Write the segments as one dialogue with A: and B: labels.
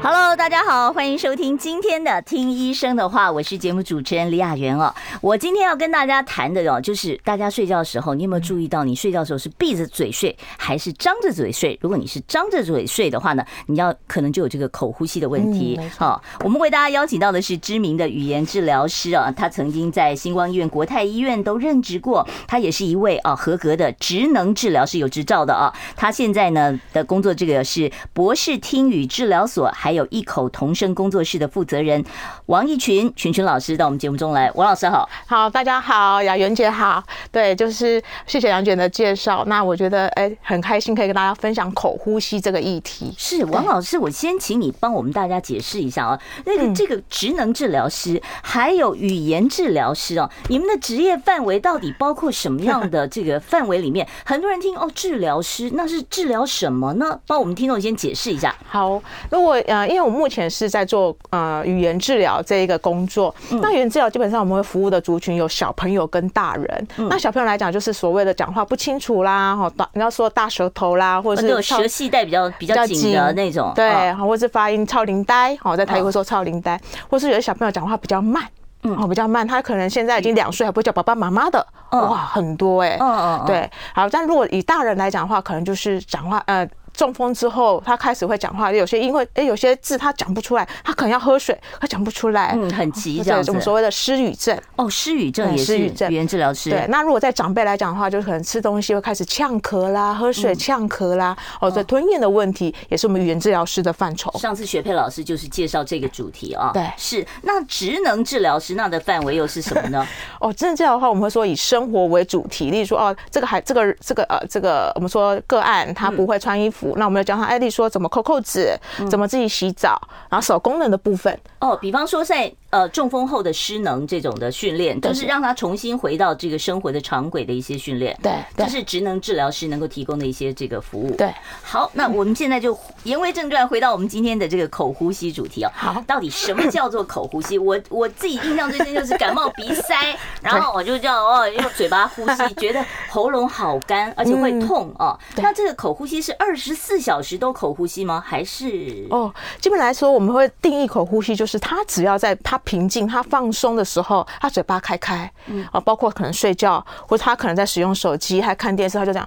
A: Hello，大家好，欢迎收听今天的《听医生的话》，我是节目主持人李雅媛哦。我今天要跟大家谈的哦，就是大家睡觉的时候，你有没有注意到，你睡觉的时候是闭着嘴睡还是张着嘴睡？如果你是张着嘴睡的话呢，你要可能就有这个口呼吸的问题。好，我们为大家邀请到的是知名的语言治疗师啊，他曾经在星光医院、国泰医院都任职过，他也是一位啊合格的职能治疗师，有执照的啊。他现在呢的工作这个是博士听语治疗所，还有一口同声工作室的负责人王一群群群老师到我们节目中来。王老师好，
B: 好，大家好，雅媛姐好。对，就是谢谢杨姐的介绍。那我觉得，哎、很开心可以跟大家分享口呼吸这个议题。
A: 是王老师，我先请你帮我们大家解释一下啊，那
B: 嗯
A: 个这个职能治疗师还有语言治疗师哦，你们的职业范围到底包括什么样的这个范围里面？ 很多人听哦，治疗师那是治疗什么呢？帮我们听众先解释一下。
B: 好，如果呃，因为我目前是在做呃语言治疗这一个工作，那语言治疗基本上我们会服务的族群有小朋友跟大人。那小朋友来讲，就是所谓的讲话不清楚啦，哈，大你要说大舌头啦，或者
A: 哦那
B: 是
A: 个
B: 翘
A: 舌系带比较比较紧的那种，嗯
B: 对，
A: 啊
B: 好或是发音超龄呆，好，在台语会说超龄呆，或是有些小朋友讲话比较慢。嗯，哦，比较慢，他可能现在已经两岁，还不会叫爸爸妈妈的，哇，很多哎、
A: 嗯嗯嗯
B: 对，好，但如果以大人来讲的话，可能就是讲话，呃，中风之后他开始会讲话，有些因为，哎、有些字他讲不出来，他可能要喝水，他讲不出来，
A: 嗯，很急
B: 对
A: 这样子
B: 我。们所谓的失语症。
A: 哦，失语症
B: 对
A: 也是
B: 失语
A: 语
B: 症
A: 言治疗师，
B: 对，那如果在长辈来讲的话，就是可能吃东西会开始呛咳啦，喝水
A: 嗯
B: 呛咳啦，哦，对，吞咽的问题也是我们语言治疗师的范畴。
A: 上次学佩老师就是介绍这个主题啊，
B: 对
A: 是那职能治疗师那的范围又是什么呢？
B: 哦，真的这样的话，我们会说以生活为主题，例如说，哦，这个孩，这个这个呃，这个我们说个案
A: 嗯
B: 他不会穿衣服，那我们就教他，哎，例如说怎么扣扣子，怎么自己洗澡，然后手功能的部分，
A: 哦，比方说在呃中风后的失能这种的训练，就是让他重新回到这个生活的常轨的一些训练，
B: 对对
A: 这是职能治疗师能够提供的一些这个服务。
B: 对，
A: 好，那我们现在就言归正传，回到我们今天的这个口呼吸主题哦。
B: 好
A: 到底什么叫做口呼吸？我我自己印象最深就是感冒鼻 塞，然后我就这样哦，用嘴巴呼吸，觉得喉咙好干，而且会痛哦。
B: 嗯对
A: 那这个口呼吸是二十四小时都口呼吸吗？还是
B: 哦，基本来说，我们会定义口呼吸，就是他只要在他平静、他放松的时候，他嘴巴开开，
A: 嗯
B: 啊，包括可能睡觉，或者他可能在使用手机还看电视，他就这样。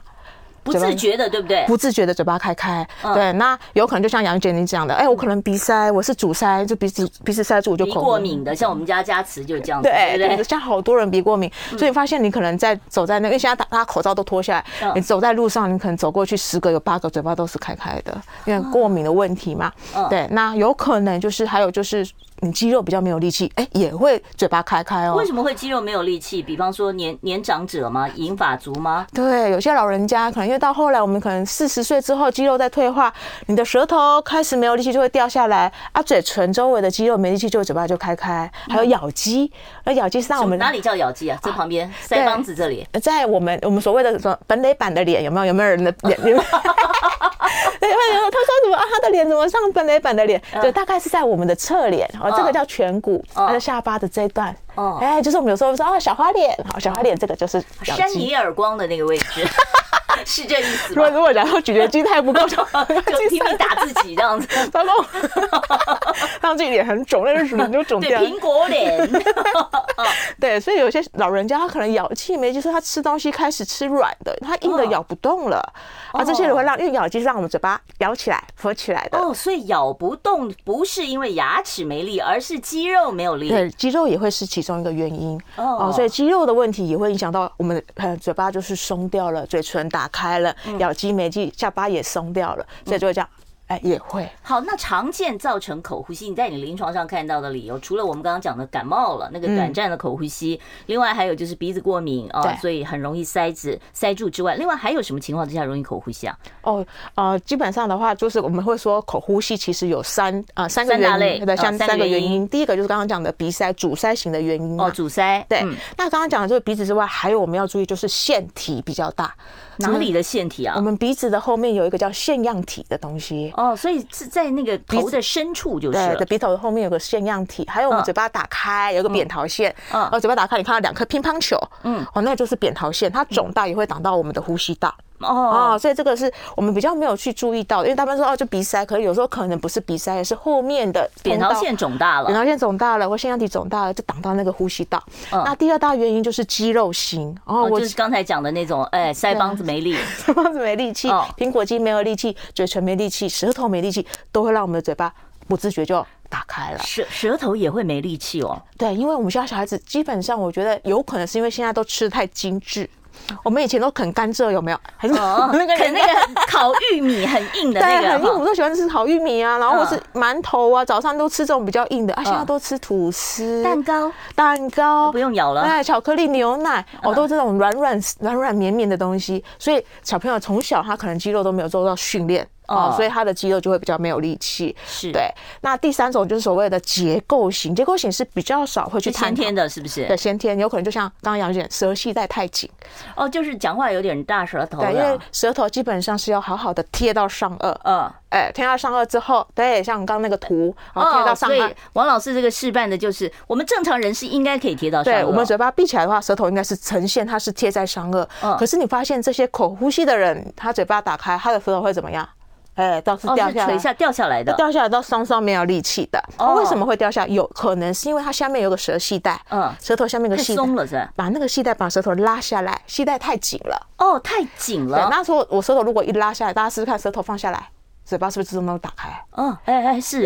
A: 不自觉的，对不对？
B: 不自觉的嘴巴开开，
A: 嗯
B: 对，那有可能就像杨姐你讲的，哎、我可能鼻塞，我是阻塞，就鼻子鼻子塞住，我就
A: 鼻
B: 口
A: 过
B: 误
A: 敏的，像我们家佳慈就是这样子，
B: 对
A: 对不嗯对？
B: 像好多人鼻过敏，所以你发现你可能在走在那，因为现在大大家口罩都脱下来，
A: 嗯
B: 你走在路上，你可能走过去十个有八个嘴巴都是开开的，因为过敏的问题嘛。
A: 啊嗯
B: 对，那有可能就是还有就是你肌肉比较没有力气，哎、也会嘴巴开开哦
A: 为。什么会肌肉没有力气？比方说年年长者吗？银发族吗？
B: 对，有些老人家可能因为到后来，我们可能四十岁之后肌肉在退化，你的舌头开始没有力气就会掉下来，啊，嘴唇周围的肌肉没力气，就嘴巴就开开，
A: 嗯
B: 还有咬肌，而咬肌是让我
A: 什么
B: 们
A: 哪里叫咬肌啊？这旁边腮帮子这里。
B: 呃在我们我们所谓的什么本垒版的脸有没有有没有人的 脸？有没 有对，有没有？他说什么啊？他的脸怎么像本垒版的脸？对，大概是在我们的侧脸，哦，这个叫颧骨，
A: 嗯
B: 它的下巴的这一段。
A: 嗯
B: 哦，哎，就是我们有时候说啊，小花脸，好，小花脸这个就是咬
A: 扇
B: 肌。
A: 你耳光的那个位 置，是这意思
B: 如
A: 吗？
B: 果如果然后咀嚼肌太不够，就
A: 就拼命打自己这样子，
B: 糟糕， 让自己脸很肿，那 就脸就肿
A: 对
B: 掉了。
A: 苹果脸，
B: 对，所以有些老人家他可能咬气没，就是他吃东西开始吃软的，他硬的
A: 嗯
B: 咬不动了、啊，这些也会让，因为咬肌是让我们嘴巴咬起来、合起来的。
A: 哦，所以咬不动不是因为牙齿没力，而是肌肉没有力。
B: 对，肌肉也会是其中一个原因
A: 哦
B: 哦、所以肌肉的问题也会影响到我们呃嘴巴
A: 嗯
B: 就是松掉了，嘴唇打开了，咬肌没肌，下巴也松掉了，所以就会这样。哎，也会。
A: 好，那常见造成口呼吸，你在你临床上看到的理由，除了我们刚刚讲的感冒了那
B: 嗯
A: 个短暂的口呼吸，另外还有就是鼻子过敏啊、
B: 对
A: 所以很容易塞子塞住之外，另外还有什么情况之下容易口呼吸啊？
B: 哦，呃，基本上的话，就是我们会说口呼吸其实有三呃三个
A: 三大
B: 原因，
A: 类
B: 对，
A: 哦
B: 像
A: 三
B: 三
A: 个
B: 个
A: 原
B: 原因。第一个就是刚刚讲的鼻塞、阻塞型的原因嘛
A: 哦，阻塞，
B: 对
A: 嗯，
B: 那刚刚讲的这个鼻子之外，还有我们要注意就是腺体比较大，
A: 哪里的腺体啊
B: 我？们鼻子的后面有一个叫腺样体的东西。
A: 哦，所以是在那个头的深处就是
B: 对，的
A: 了。
B: 鼻头后面有个腺样体，还有我们
A: 嗯
B: 嘴巴打开、有一个扁桃腺，
A: 嗯
B: 嗯，哦，嘴巴打开你看到两颗乒乓球，嗯，哦，那就是扁桃腺，它肿大也会挡到我们的呼吸道，哦，
A: 哦，
B: 所以这个是我们比较没有去注意到的，因为大部分说哦就鼻塞，可是有时候可能不是鼻塞，是后面的
A: 扁桃腺
B: 通道。
A: 肿大
B: 扁
A: 了。
B: 桃腺肿大了，或腺样体肿大了，就挡到那个呼吸道。
A: 嗯
B: 那第二大原因就是肌肉型哦，
A: 哦，
B: 我
A: 就是刚才讲的那种，哎，腮帮子没力，
B: 嘴巴子没力气
A: 哦，
B: 苹果肌没有力气，嘴唇没力气，舌头没力气，都会让我们的嘴巴不自觉就打开了。
A: 舌舌头也会没力气 哦。
B: 对，因为我们家小孩子基本上，我觉得有可能是因为现在都吃得太精 致，我们以前都啃甘蔗，有没有？还是
A: 哦，
B: 那个
A: 啃那 个烤玉米很硬的
B: 对，
A: 那
B: 很硬，
A: 个哦
B: 我
A: 哈，
B: 们都喜欢吃烤玉米啊，然
A: 嗯
B: 后或是馒头啊，早上都吃这种比较硬的啊，现在都吃吐司、
A: 蛋糕
B: 蛋糕，
A: 哦不用咬了。嗯
B: 哎，巧克力、牛奶，哦，都是这种软软、软软绵绵的东西，所以小朋友从小他可能肌肉都没有做到训练。
A: 哦
B: 哦，所以他的肌肉就会比较没有力气。
A: 是
B: 对。那第三种就是所谓的结构型，结构型是比较少会去
A: 就
B: 探
A: 先
B: 讨
A: 天的，是不是
B: 对？先天，有可能就像刚刚杨姐舌系带太紧，
A: 哦，就是讲话有点大舌头
B: 对，因为
A: 了。
B: 舌头基本上是要好好的贴到上颚，
A: 嗯，
B: 哎，贴到上颚之后，对，像刚刚那个图，然后贴到
A: 哦，
B: 上
A: 所以
B: 颚。
A: 王老师这个示范的就是，我们正常人是应该可以贴到上
B: 对
A: 颚。
B: 我们嘴巴闭起来的话，舌头应该是呈现它是贴在上颚。
A: 嗯
B: 可是你发现这些口呼吸的人，他嘴巴打开，他的舌头会怎么样？哎，倒是
A: 哦
B: 掉
A: 是
B: 下来。
A: 垂下掉下来的。
B: 掉下来到上上没有力气的，
A: 哦
B: 它为什么会掉下来？有可能是因为它下面有个舌系带，
A: 嗯
B: 舌头下面有个
A: 太
B: 系带
A: 松了是吧？
B: 把那个系带把舌头拉下来，系带太紧了。
A: 哦，太紧
B: 对，
A: 了。
B: 那时候我舌头如果一拉下来，大家试试看，舌头放下来，嘴巴是不是自动都打开？啊
A: 哦，哎哎 是，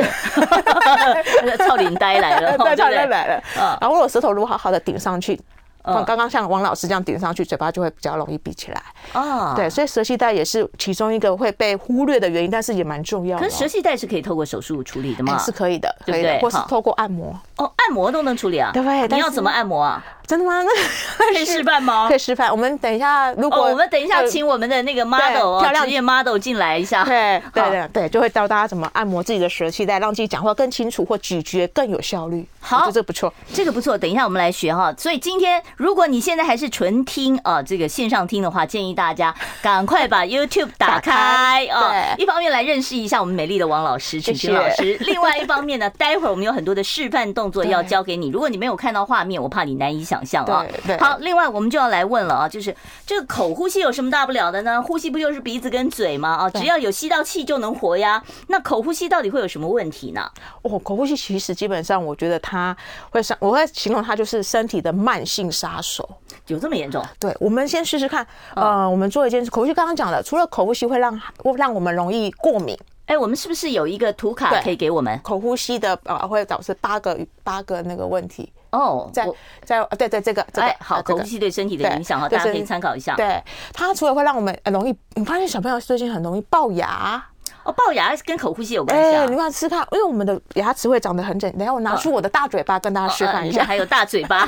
A: 操林呆来了，哦
B: 对，
A: 对
B: 叫
A: 不对
B: 人来了。
A: 嗯
B: 然后我舌头如果好好的顶上去，
A: 嗯
B: 刚刚像王老师这样顶上去，嘴巴就会比较容易闭起来。
A: 哦，
B: 对，。所以舌系带也是其中一个会被忽略的原因，但是也蛮重要的哦。
A: 可是舌系带是可以透过手术处理的
B: 哎
A: 嘛？
B: 是可以的，
A: 对
B: 可
A: 不
B: 以的
A: 对，
B: 或是
A: 好
B: 透过按摩。
A: 哦，按摩都能处理啊。
B: 对但是
A: 你要怎么按摩啊？
B: 真的吗？
A: 可
B: 可
A: 以示范吗
B: 可以示范。我们等一下，如
A: 哦，
B: 果呃
A: 我们等一下
B: 对
A: 请我们的那个 model 哦
B: 漂亮
A: 职业 model 进来一下。
B: 对对
A: 好
B: 对对，就会教大家怎么按摩自己的舌系带，让自己讲话更清楚或咀嚼更有效率。
A: 好
B: 我觉得这不错。
A: 这个不错，等一下我们来学哈。所以今天如果你现在还是纯听啊、这个线上听的话，建议大家赶快 把 YouTube 打开
B: 打开
A: 啊、
B: 对
A: 一方面来认识一下我们美丽的王老师、曲
B: 谢
A: 群老师， 另外一方面呢，待会儿我们有很多的示范动作要教给你。如果你没有看到画面，我怕你难以想象啊
B: 对。对
A: 好，另外我们就要来问了啊，就是这个口呼吸有什么大不了的呢？呼吸不就是鼻子跟嘴吗？啊，
B: 对
A: 只要有吸到气就能活呀。那口呼吸到底会有什么问题呢？
B: 哦，口呼吸其实基本上，我觉得它会上，我会形容它就是身体的慢性杀手。
A: 有这么严重？
B: 对，我们先试试看。呃，我们做一件事，口呼吸刚刚讲了，除了口呼吸会让让我们容易过敏，
A: 哎，我们是不是有一个图卡
B: 对
A: 可以给我们？
B: 口呼吸的呃会导致八个八个那个问题。
A: 哦，
B: 在
A: 我
B: 在呃对对这个这个
A: 哎，好，
B: 呃这
A: 口
B: 个
A: 呼吸对身体的
B: 对
A: 影响哈，
B: 对
A: 大家可以
B: 身体
A: 参考一下。
B: 对，它除了会让我们呃容易，你发现小朋友最近很容易龅牙，
A: 哦，龅牙跟口呼吸有关系
B: 哎、
A: 啊
B: 你。看吃看，因为我们的牙齿会长得很整。等一下我拿出我的大嘴巴跟大家示范
A: 嗯哦呃
B: 一
A: 你看
B: 下，
A: 还有大嘴 巴，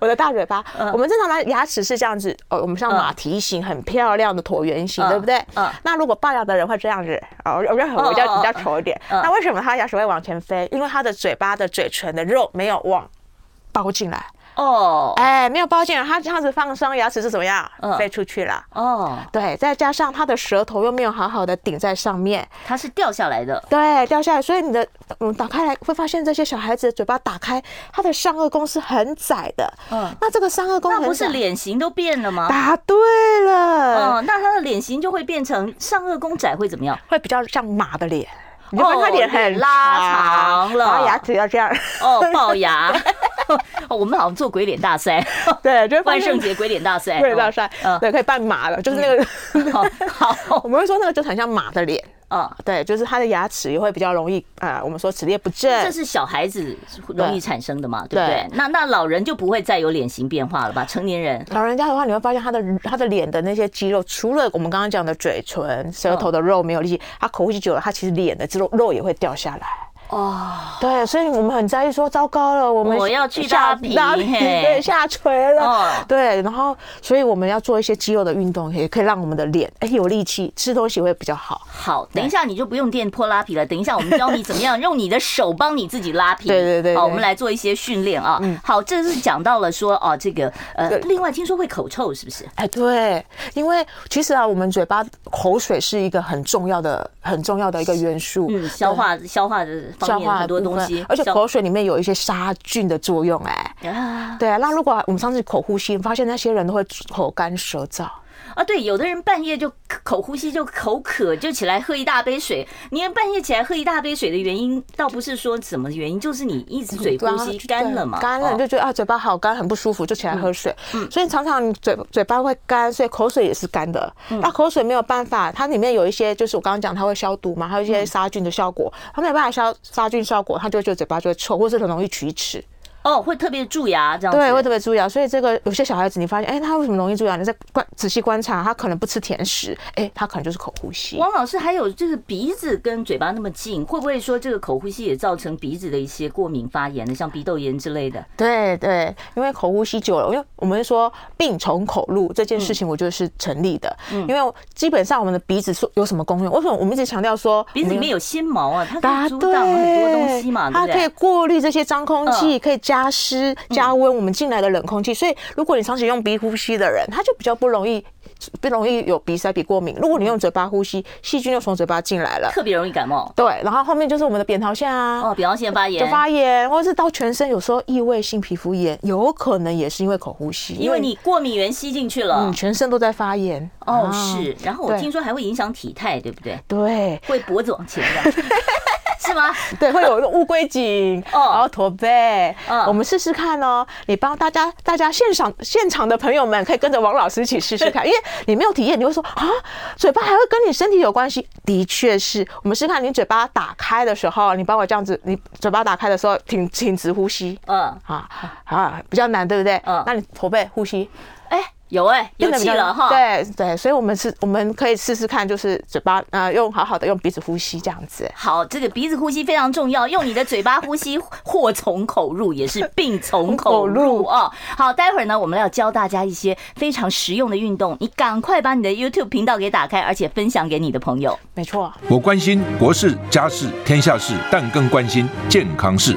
B: 我的大嘴巴。我们正常来牙齿是这样子，哦，我们像
A: 嗯
B: 马蹄形，很漂亮的椭圆形，
A: 嗯
B: 对不对
A: 嗯？
B: 那如果龅牙的人会这样子，哦，我认为
A: 哦
B: 我比较
A: 哦
B: 比较
A: 哦
B: 丑一点。
A: 嗯
B: 那为什么他牙齿会往前飞？因为他的嘴巴的嘴唇的肉没有往包进来，
A: 哦
B: 哎，没有包进来，他这样子放松，牙齿是怎么样
A: 嗯？
B: 飞出去了。
A: 哦，
B: 对，再加上他的舌头又没有好好的顶在上面，
A: 它是掉下来的。
B: 对，掉下来，所以你的嗯打开来会发现这些小孩子的嘴巴打开，他的上颚弓是很窄的。
A: 嗯
B: 嗯，那这个上颚弓
A: 那
B: 很
A: 不
B: 窄
A: 是脸型都变了吗？
B: 答对了，
A: 哦，那它的脸型就会变成上颚弓窄，会怎么样？
B: 会比较像马的脸。你就看他
A: 脸
B: 脸很
A: 哦拉长了
B: 然后牙齿要 这样，
A: 哦，龅牙。 哦我们好像做鬼脸大 赛，
B: 对，就会发
A: 万
B: 现
A: 圣节鬼脸大赛，
B: 对，大帅
A: 嗯，哦
B: 对，可以扮马了，就是那个，
A: 好，好，
B: 我们会说那个就很像马的脸。
A: 嗯，
B: 对，就是他的牙齿也会比较容易，呃，我们说齿列不正，
A: 这是小孩子容易产生的嘛，对不对
B: 对？
A: 那那老人就不会再有脸型变化了吧？成年人
B: 老人家的话，你会发现他的他的脸的那些肌肉，除了我们刚刚讲的嘴唇、舌头的肉没有力气，他口呼吸久了，他其实脸的肌肉肉也会掉下来。哦，对，所以我们很在意说，糟糕了，我们
A: 我要去
B: 下
A: 拉皮
B: 拉皮
A: 嘿
B: 对， 下垂了，
A: 哦
B: 对，然后所以我们要做一些肌肉的运动，也可以让我们的脸哎有力气，吃东西会比较好。
A: 好，等一下你就不用电波拉皮了。等一下我们教你怎么样用你的手帮你自己拉皮。
B: 对对对对嗯
A: 好，我们来做一些训练啊。好，这是讲到了说哦，这个呃，另外听说会口臭是不是？
B: 哎，对，因为其实啊，我们嘴巴口水是一个很重要的、很重要的一个元素，
A: 嗯，消化消化的方面很多
B: 部
A: 东
B: 分
A: 西，
B: 而且
A: 消
B: 口水里面有一些杀菌的作用、哎，
A: 啊
B: 对啊。那如果我们上次口呼吸，发现那些人都会口干舌燥，
A: 啊，对，有的人半夜就口呼吸就口渴，就起来喝一大杯水。你半夜起来喝一大杯水的原因，倒不是说什么原因，就是你一直嗯嘴呼吸
B: 对啊
A: 干了嘛，
B: 对干
A: 哦嗯
B: 了就觉得啊嘴巴好干，很不舒服，就起来喝水。所以常常你嘴嘴巴会干，所以口水也是干的。
A: 嗯
B: 那口水没有办法，它里面有一些就是我刚刚讲它会消毒嘛，还有
A: 嗯
B: 一些杀菌的效果，它没有办法消杀菌效果，它就会觉得嘴巴就会臭，或是很容易龋齿。
A: 哦，会特别蛀牙这样子。
B: 对，会特别蛀牙。所以这个有些小孩子，你发现，哎、他为什么容易蛀牙？你再观仔细观察，他可能不吃甜食，哎、他可能就是口呼吸。
A: 王老师，还有就是鼻子跟嘴巴那么近，会不会说这个口呼吸也造成鼻子的一些过敏发炎的，像鼻窦炎之类的？
B: 对对，因为口呼吸久了，因为我们说病从口入这件事情，我觉得是成立的。
A: 嗯
B: 因为基本上我们的鼻子说有什么功用？为什么我们一直强调说
A: 鼻子里
B: 我们
A: 面有纤毛啊，它可
B: 答
A: 以阻挡很多东西嘛，对嗯
B: 它
A: 不
B: 可以
A: 对？
B: 过滤这些脏空气，可以加湿、加温我们进来的冷空气。所以，如果你长期用鼻呼吸的人，他就比较不容易不容易有鼻塞、鼻过敏。如果你用嘴巴呼吸，细菌又从嘴巴进来了，
A: 特别容易感冒
B: 对，然后后面就是我们的扁桃腺啊
A: 嗯哦，。扁桃腺发
B: 就
A: 炎。
B: 发炎，或者是到全身，有时候异位性皮肤炎，有可能也是因为口呼吸，
A: 因为你过敏源吸进去了
B: 嗯，全身都在发炎。
A: 哦，
B: 啊
A: 是，然后我
B: 对
A: 听说还会影响体态，对不对？
B: 对
A: 会脖子往前的， 是吗？
B: 对，会有一个乌龟颈，
A: 哦
B: 然后驼背
A: 嗯。
B: 我们试试看哦，你帮大家，大家现场现场的朋友们可以跟着王老师一起试 试看，因为你没有体验，你会说啊，嘴巴还会跟你身体有关系，的确是。我们试看，你嘴巴打开的时候，你帮我这样子，你嘴巴打开的时候，挺挺直呼吸。
A: 嗯，
B: 啊啊，比较难，对不对？
A: 嗯
B: 那你驼背呼吸，
A: 哎，有哎，有
B: 变得比
A: 气
B: 较
A: 了哈。，
B: 对对，所以我们是，我们可以试试看，就是嘴巴呃，用好好的用鼻子呼吸这样子。
A: 好，这个鼻子呼吸非常重要，用你的嘴巴呼吸，祸从口入也是病从口 入啊。好，待会儿呢，我们要教大家一些非常实用的运动，你赶快把你的 YouTube 频道给打开，而且分享给你的朋友。
B: 没错，
C: 我关心国事、家事、天下事，但更关心健康事。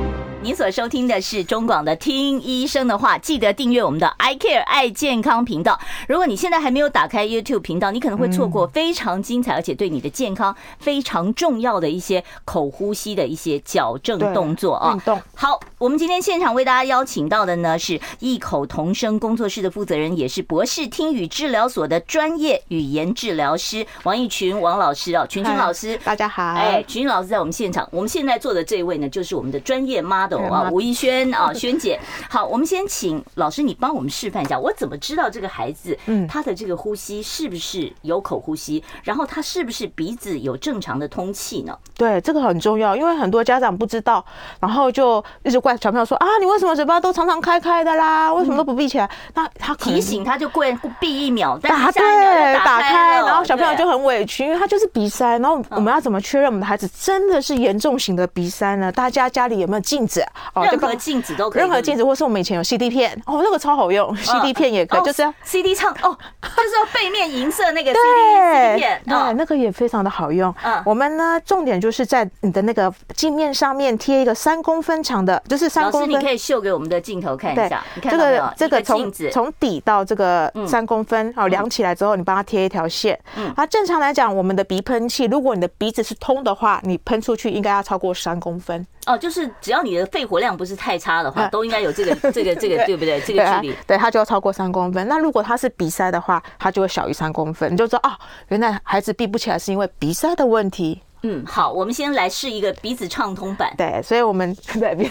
A: 你所收听的是中广的《听医生的话》，记得订阅我们的 I Care 爱健康频道。如果你现在还没有打开 YouTube 频道，你可能会错
B: 嗯
A: 过非常精彩，而且对你的健康非常重要的一些口呼吸的一些矫正
B: 对
A: 动作啊
B: 运。动。
A: 好，我们今天现场为大家邀请到的呢是异口同声工作室的负责人，也是博士听语治疗所的专业语言治疗师王义群王老师哦，群群老师，
B: 大家好。
A: 哎，群老师在我们现场，我们现在坐的这一位呢，就是我们的专业 model
B: 对
A: 啊，
B: model
A: 吴一轩啊，轩姐。好，我们先请老师你帮我们示范一下，我怎么知道这个孩子，
B: 嗯
A: 他的这个呼吸是不是有口呼吸，然后他是不是鼻子有正常的通气呢？
B: 对，这个很重要，因为很多家长不知道，然后就一直怪小朋友说啊，你为什么嘴巴都常常开开的啦？为什么都不闭起来？那他可能
A: 提醒他就跪闭一秒，但
B: 打
A: 是
B: 对
A: 下一秒就
B: 打
A: 开
B: 开，
A: 了
B: 然后小朋友就
A: 对嗯
B: 很委屈，因为他就是鼻塞。然后我们要怎么确认我们的孩子真的是严重型的鼻塞呢？大家家里有没有镜子啊？哦
A: 任何。
B: 就
A: 镜子都可以，
B: 任何镜
A: 子。
B: 子，或是我们以前有 CD 片，哦，那个超好用，CD 片也可以，
A: 哦
B: 就是要
A: CD 唱哦，就是要背面银色那个 CD
B: 对
A: CD 片
B: 对，
A: 啊，
B: 那个也非常的好用。
A: 嗯
B: 我们呢，重点就是在你的那个镜面上面贴一个三公分长的，就是三
A: 老师
B: 公
A: 你
B: 分
A: 可。以秀给我们的镜头看一
B: 对
A: 下，你，看
B: 这
A: 到没有
B: 个？这
A: 一
B: 个
A: 镜
B: 从
A: 子。
B: 从底到这个
A: 嗯
B: 三公分，好量起来之后，你帮它贴一条线。
A: 嗯
B: 啊，正常来讲，我们的鼻喷气，如果你的鼻子是通的话，你喷出去应该要超过三公分。
A: 哦，就是只要你的肺活量不是太差的话，
B: 哎
A: 都应该有这 个这个这个对不对？这个
B: 对啊
A: 距离。
B: 对，它就要超过三公分。那如果它是鼻塞的话，它就会小于三公分，你就知道哦，原来孩子闭不起来是因为鼻塞的问题。
A: 嗯，好，我们先来试一个鼻子畅通版。
B: 对，所以我们对，鼻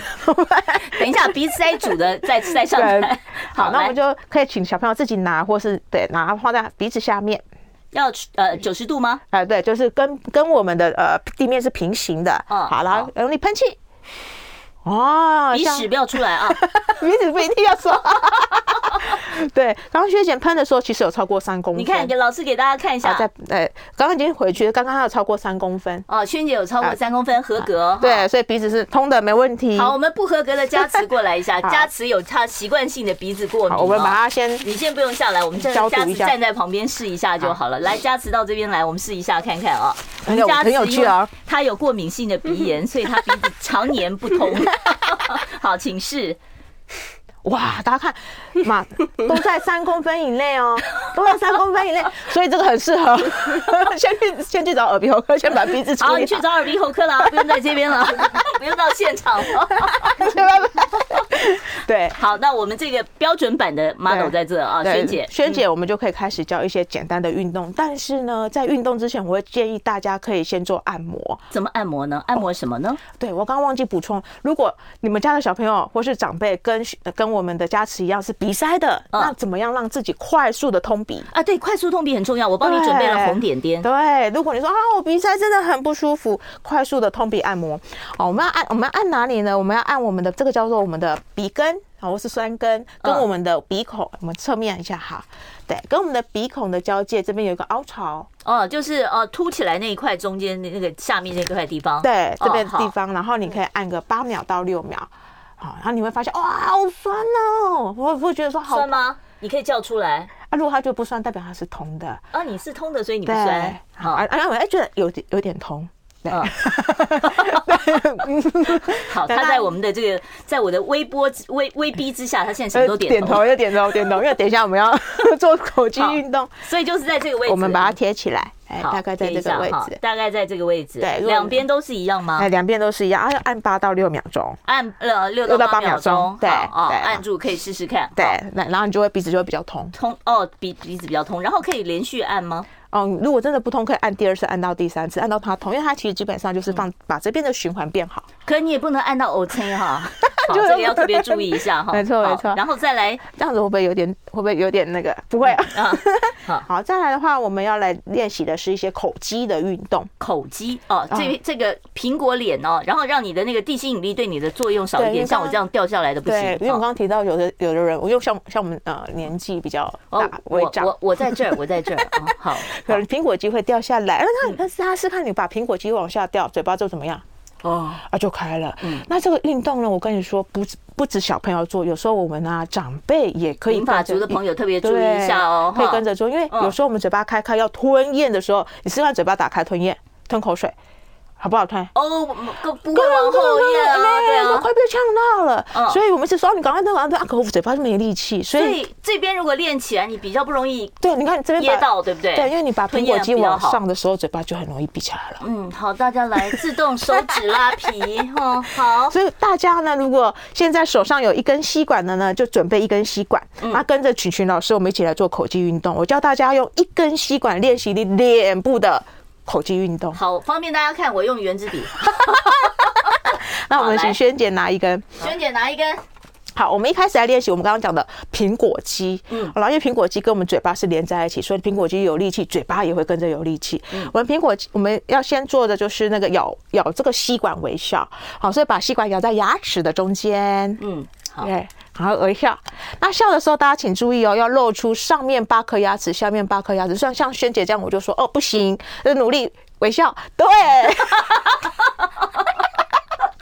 A: 等一下，鼻塞组的再再上
B: 对
A: 来。好，
B: 好，那我
A: 来
B: 们就可以请小朋友自己拿，或是对拿放在鼻子下面。
A: 要呃九十度吗？
B: 啊、对，就是跟跟我们的呃地面是平行的。
A: 嗯
B: 好，然
A: 好
B: 后用力喷气。哦，
A: 鼻
B: 像 嗯
A: 屎不要出来啊！
B: 鼻子不一定要说。 对，刚刚薛姐喷的时候，其实有超过三公分。
A: 你看，给老师给大家看一
B: 啊，
A: 下
B: 在。呃，刚刚已经回去了，刚刚它有超过三公分。
A: 哦，萱姐有超过三公分，合格哦。
B: 对，所以鼻子是通的，没问题。
A: 好，我们不合格的佳慈过来一下。
B: 好
A: 佳慈有他习惯性的鼻子过敏哦，
B: 好，我们把它先
A: 你先不用下来，我们站
B: 消毒
A: 佳慈
B: 一下
A: 站在旁边试一下就好嗯了。来，佳慈到这边来，我们试一下看看啊。
B: 很有
A: 我们佳慈
B: 很有趣啊
A: 因为他有过敏性的鼻炎，所以他鼻子常年不 通。好，请示。
B: 哇，大家看，嘛都在三公分以内 哦，都在三公分以内，所以这个很适合先去先去找耳鼻喉科，先把鼻子处理
A: 好，你去找耳鼻喉科啦，不用在这 边了，不用到现 场了。
B: 对。
A: 好，那我们这个标准版的 model 在这啊，
B: 对
A: 萱姐，
B: 萱姐，我们就可以开始教一些简单的运动。但是呢，在运动之前，我会建议大家可以先做按摩。
A: 怎么按摩呢？按摩什么呢？
B: 对我刚刚忘记补充，如果你们家的小朋友或是长辈跟跟我们的家慈一样是鼻塞的，
A: 嗯
B: 那怎么样让自己快速的通鼻？
A: 啊，对，快速通鼻很重要，我帮你准备了
B: 对
A: 红点点。
B: 对，如果你说啊，我鼻塞真的很不舒服，快速的通鼻按摩。哦，我们要按，我们要按哪里呢？我们要按我们的这个叫做我们的鼻根，哦，或是酸根，跟
A: 嗯
B: 我们的鼻孔，我们侧面一下哈。对，跟我们的鼻孔的交界这边有一个凹槽，
A: 哦，就是呃凸起来那一块中间那那个下面那块地方。
B: 对，这边
A: 哦
B: 的地。方，然后你可以按个八秒到六秒。好，然后你会发现哇，好酸哦！我会觉得说
A: 好
B: 好
A: 酸吗？你可以叫出来
B: 啊，如果它觉得不酸，代表它是通的。
A: 啊！你是通的，所以你不
B: 对，
A: 酸。
B: 好，啊，啊我哎觉得有点有点通。对，
A: 嗯 好，
B: 对
A: 他
B: 那
A: 在我们的这个，在我的微波之微微逼之下，他现在什么
B: 呃
A: 都点头，
B: 头，要点头，点头，因为等一下我们要做口肌运动，
A: 所以就是在这个位置，
B: 我们把它贴起来，哎，
A: 好
B: 大概在
A: 贴
B: 这
A: 一下
B: 个位
A: 哈
B: 置，
A: 大概在这个位置，
B: 对如果
A: 两边都是一样吗
B: 哎，？两边都是一样，啊，要按八到六秒钟，
A: 按呃六
B: 六
A: 到
B: 到
A: 八
B: 八
A: 秒
B: 秒钟
A: 钟，
B: 对
A: 好哦，
B: 对
A: 按住可以试试看，
B: 对
A: 好，
B: 那然后你就会鼻子就会比较通，
A: 通哦鼻鼻子比较通，然后可以连续按 吗？
B: 哦，如果真的不通，可以按第二次，按到第三次，按到它通，因为它其实基本上就是
A: 嗯
B: 放把这边的循环变好，
A: 可你也不能按到 O K 哈，好，
B: 就
A: 这个要特别注意一下哈。
B: 没错
A: 好
B: 没错
A: 然后再来
B: 这样子会不会有点会不会有点那个？不会啊。
A: 啊，好
B: 好，再来的话，我们要来练习的是一些口肌的运动。
A: 口肌
B: 啊
A: 哦，这这个苹果脸哦，然后让你的那个地心引力对你的作用少一
B: 对因
A: 点，
B: 为
A: 像
B: 刚
A: 我这样掉下来的不
B: 对
A: 行，。
B: 因为我
A: 哦
B: 刚刚提到有的有的人，我就像像我们呃年纪比较
A: 哦
B: 大，，
A: 我
B: 微长，
A: 我我在这儿，我在这儿啊， 哦好，
B: 可能苹果肌会掉下来，但
A: 嗯
B: 是它但是它是看你把苹果肌往下掉，嘴巴就怎么样
A: 哦，
B: 啊就开了。
A: 嗯
B: 那这个运动呢，我跟你说，不止不止小朋友做，有时候我们啊长辈也可以
A: 民
B: 跟着。
A: 法族的朋友特别注意一下哦，
B: 对可以
A: 哈
B: 跟着做，因为
A: 嗯
B: 有时候我们嘴巴开开要吞咽的时候，你试看嘴巴打开吞咽，吞口水，好不好吞？
A: 哦，不不会往后咽啊，对
B: 我
A: 啊。
B: 快被呛到
A: 嗯
B: 了。所以我们是说，你赶快吞，赶快吞，啊，可我嘴巴就没力气，所
A: 所
B: 以
A: 以这边如果练起来，你比较不容易
B: 对，你看你这边
A: 噎
B: 把
A: 到，对不对？
B: 对，因为你把
A: 吞
B: 苹果
A: 咽
B: 肌
A: 比较
B: 往
A: 好
B: 上的时候，嘴巴就很容易闭起来了。
A: 嗯，好，大家来自动手指拉皮，哦，好，
B: 所以大家呢，如果现在手上有一根吸管的呢，就准备一根吸管，
A: 嗯
B: 那跟着群群老师，我们一起来做口肌运动。我教大家用一根吸管练习你脸部的口肌运动。
A: 好，方便大家看，我用圆珠笔，
B: 那我
A: 好
B: 们
A: 来
B: 请轩姐拿一根。
A: 萱姐拿一根，
B: 好，我们一开始来练习我们刚刚讲的苹果肌，嗯，然后因为苹果肌跟我们嘴巴是连在一起，所以苹果肌有力气，嘴巴也会跟着有力气。
A: 嗯
B: 我们苹果肌我们要先做的就是那个咬咬这个吸管微笑，好，所以把吸管咬在牙齿的中间，
A: 嗯，好，
B: 对，然后微笑。那笑的时候，大家请注意哦，要露出上面八颗牙齿，下面八颗牙齿。像像萱姐这样，我就说哦不行，要努力微笑， 对。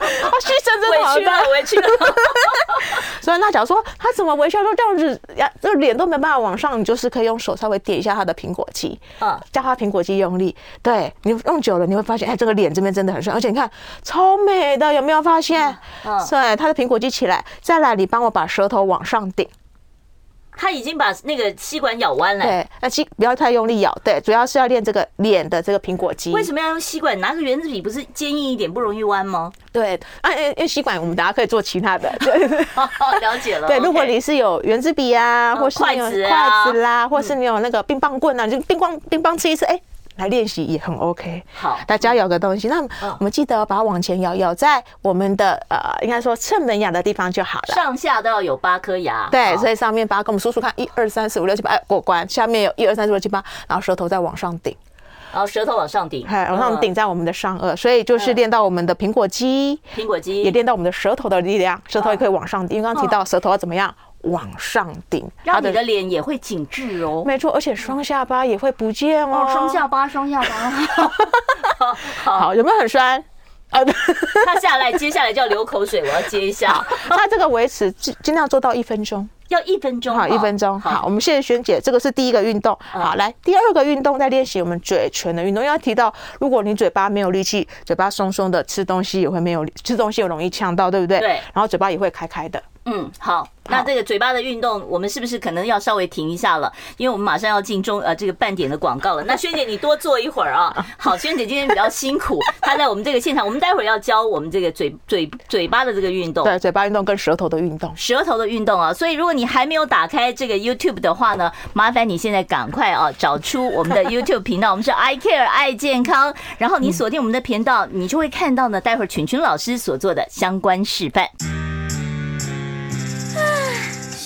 B: 啊，牺牲哦真的好
A: 委屈
B: 大
A: 了，，委屈了，
B: 所以那假如说他怎么微笑都这样子，呀，这脸都没办法往上，你就是可以用手稍微点一下他的苹果肌，
A: 嗯
B: 叫他苹果肌用力。对你用久了，你会发现，哎，这个脸这边真的很帅，而且你看超美的，有没有发现？
A: 嗯嗯
B: 对，他的苹果肌起来，再来，你帮我把舌头往上顶。
A: 他已经把那个吸管咬弯了。
B: 对，那其不要太用力咬，对，主要是要练这个脸的这个苹果肌。
A: 为什么要用吸管？拿个圆子笔不是坚硬一点，不容易弯吗？
B: 对，啊，因为因为吸管我们等下可以做其他的。对
A: 了解了。
B: 对，如果
A: OK
B: 你是有圆珠笔啊，
A: 嗯
B: 或是你有
A: 筷子啊
B: 筷子啦，或是你有那个冰棒棍啊，你就冰棒冰棒吃一次，哎。来练习也很 OK，
A: 好
B: 大家咬个东西，那
A: 嗯
B: 我们记得哦把它往前咬，咬在我们的呃，应该说侧门牙的地方就好了。
A: 上下都要有八颗牙。
B: 对，所
A: 以
B: 以上面把它跟我们数数看，一二三四五六七八，哎，过关。下面有一二三四五六七八，然后舌头再往上顶，
A: 然后舌头往上顶，
B: 哎，往上顶在我们的上颚，所以就是
A: 嗯
B: 练到我们的苹果肌，
A: 嗯。苹果肌
B: 也练到我们的舌头的力量，舌头也可以往上顶。因为刚刚提
A: 哦
B: 到舌头要怎么样往上顶，
A: 让你的脸也会紧致哦。
B: 没错，而且双下巴也会不见哦
A: 哦，，双下巴，双下巴。
B: 好有没有很酸？啊， 对
A: 他下来，接下来就要流口水，我要接一下，
B: 那这个维持尽尽量做到一分钟，
A: 要一分钟。
B: 好，一分钟。好，我们谢谢萱姐，这个是第一个运动。
A: 嗯
B: 好，来第二个运动，再练习我们嘴唇的运动。因为要提到，如果你嘴巴没有力气，嘴巴松松的，吃东西也会没有力，吃东西也容易呛到，对不对？
A: 对
B: 然后嘴巴也会开开的。
A: 嗯，好，那这个嘴巴的运动，我们是不是可能要稍微停一下了？因为我们马上要进中呃这个半点的广告了。那萱姐，你多坐一会儿 啊。好，萱姐今天比较辛苦，她在我们这个现场，我们待会儿要教我们这个嘴嘴嘴巴的这个运动。
B: 对，嘴巴运动跟舌头的运动。
A: 舌头的运动啊，所以如果你还没有打开这个 YouTube 的话呢，麻烦你现在赶快啊找出我们的 YouTube 频道，我们是 I Care 爱健康，然后你锁定我们的频道，你就会看到呢，待会儿群群老师所做的相关示范。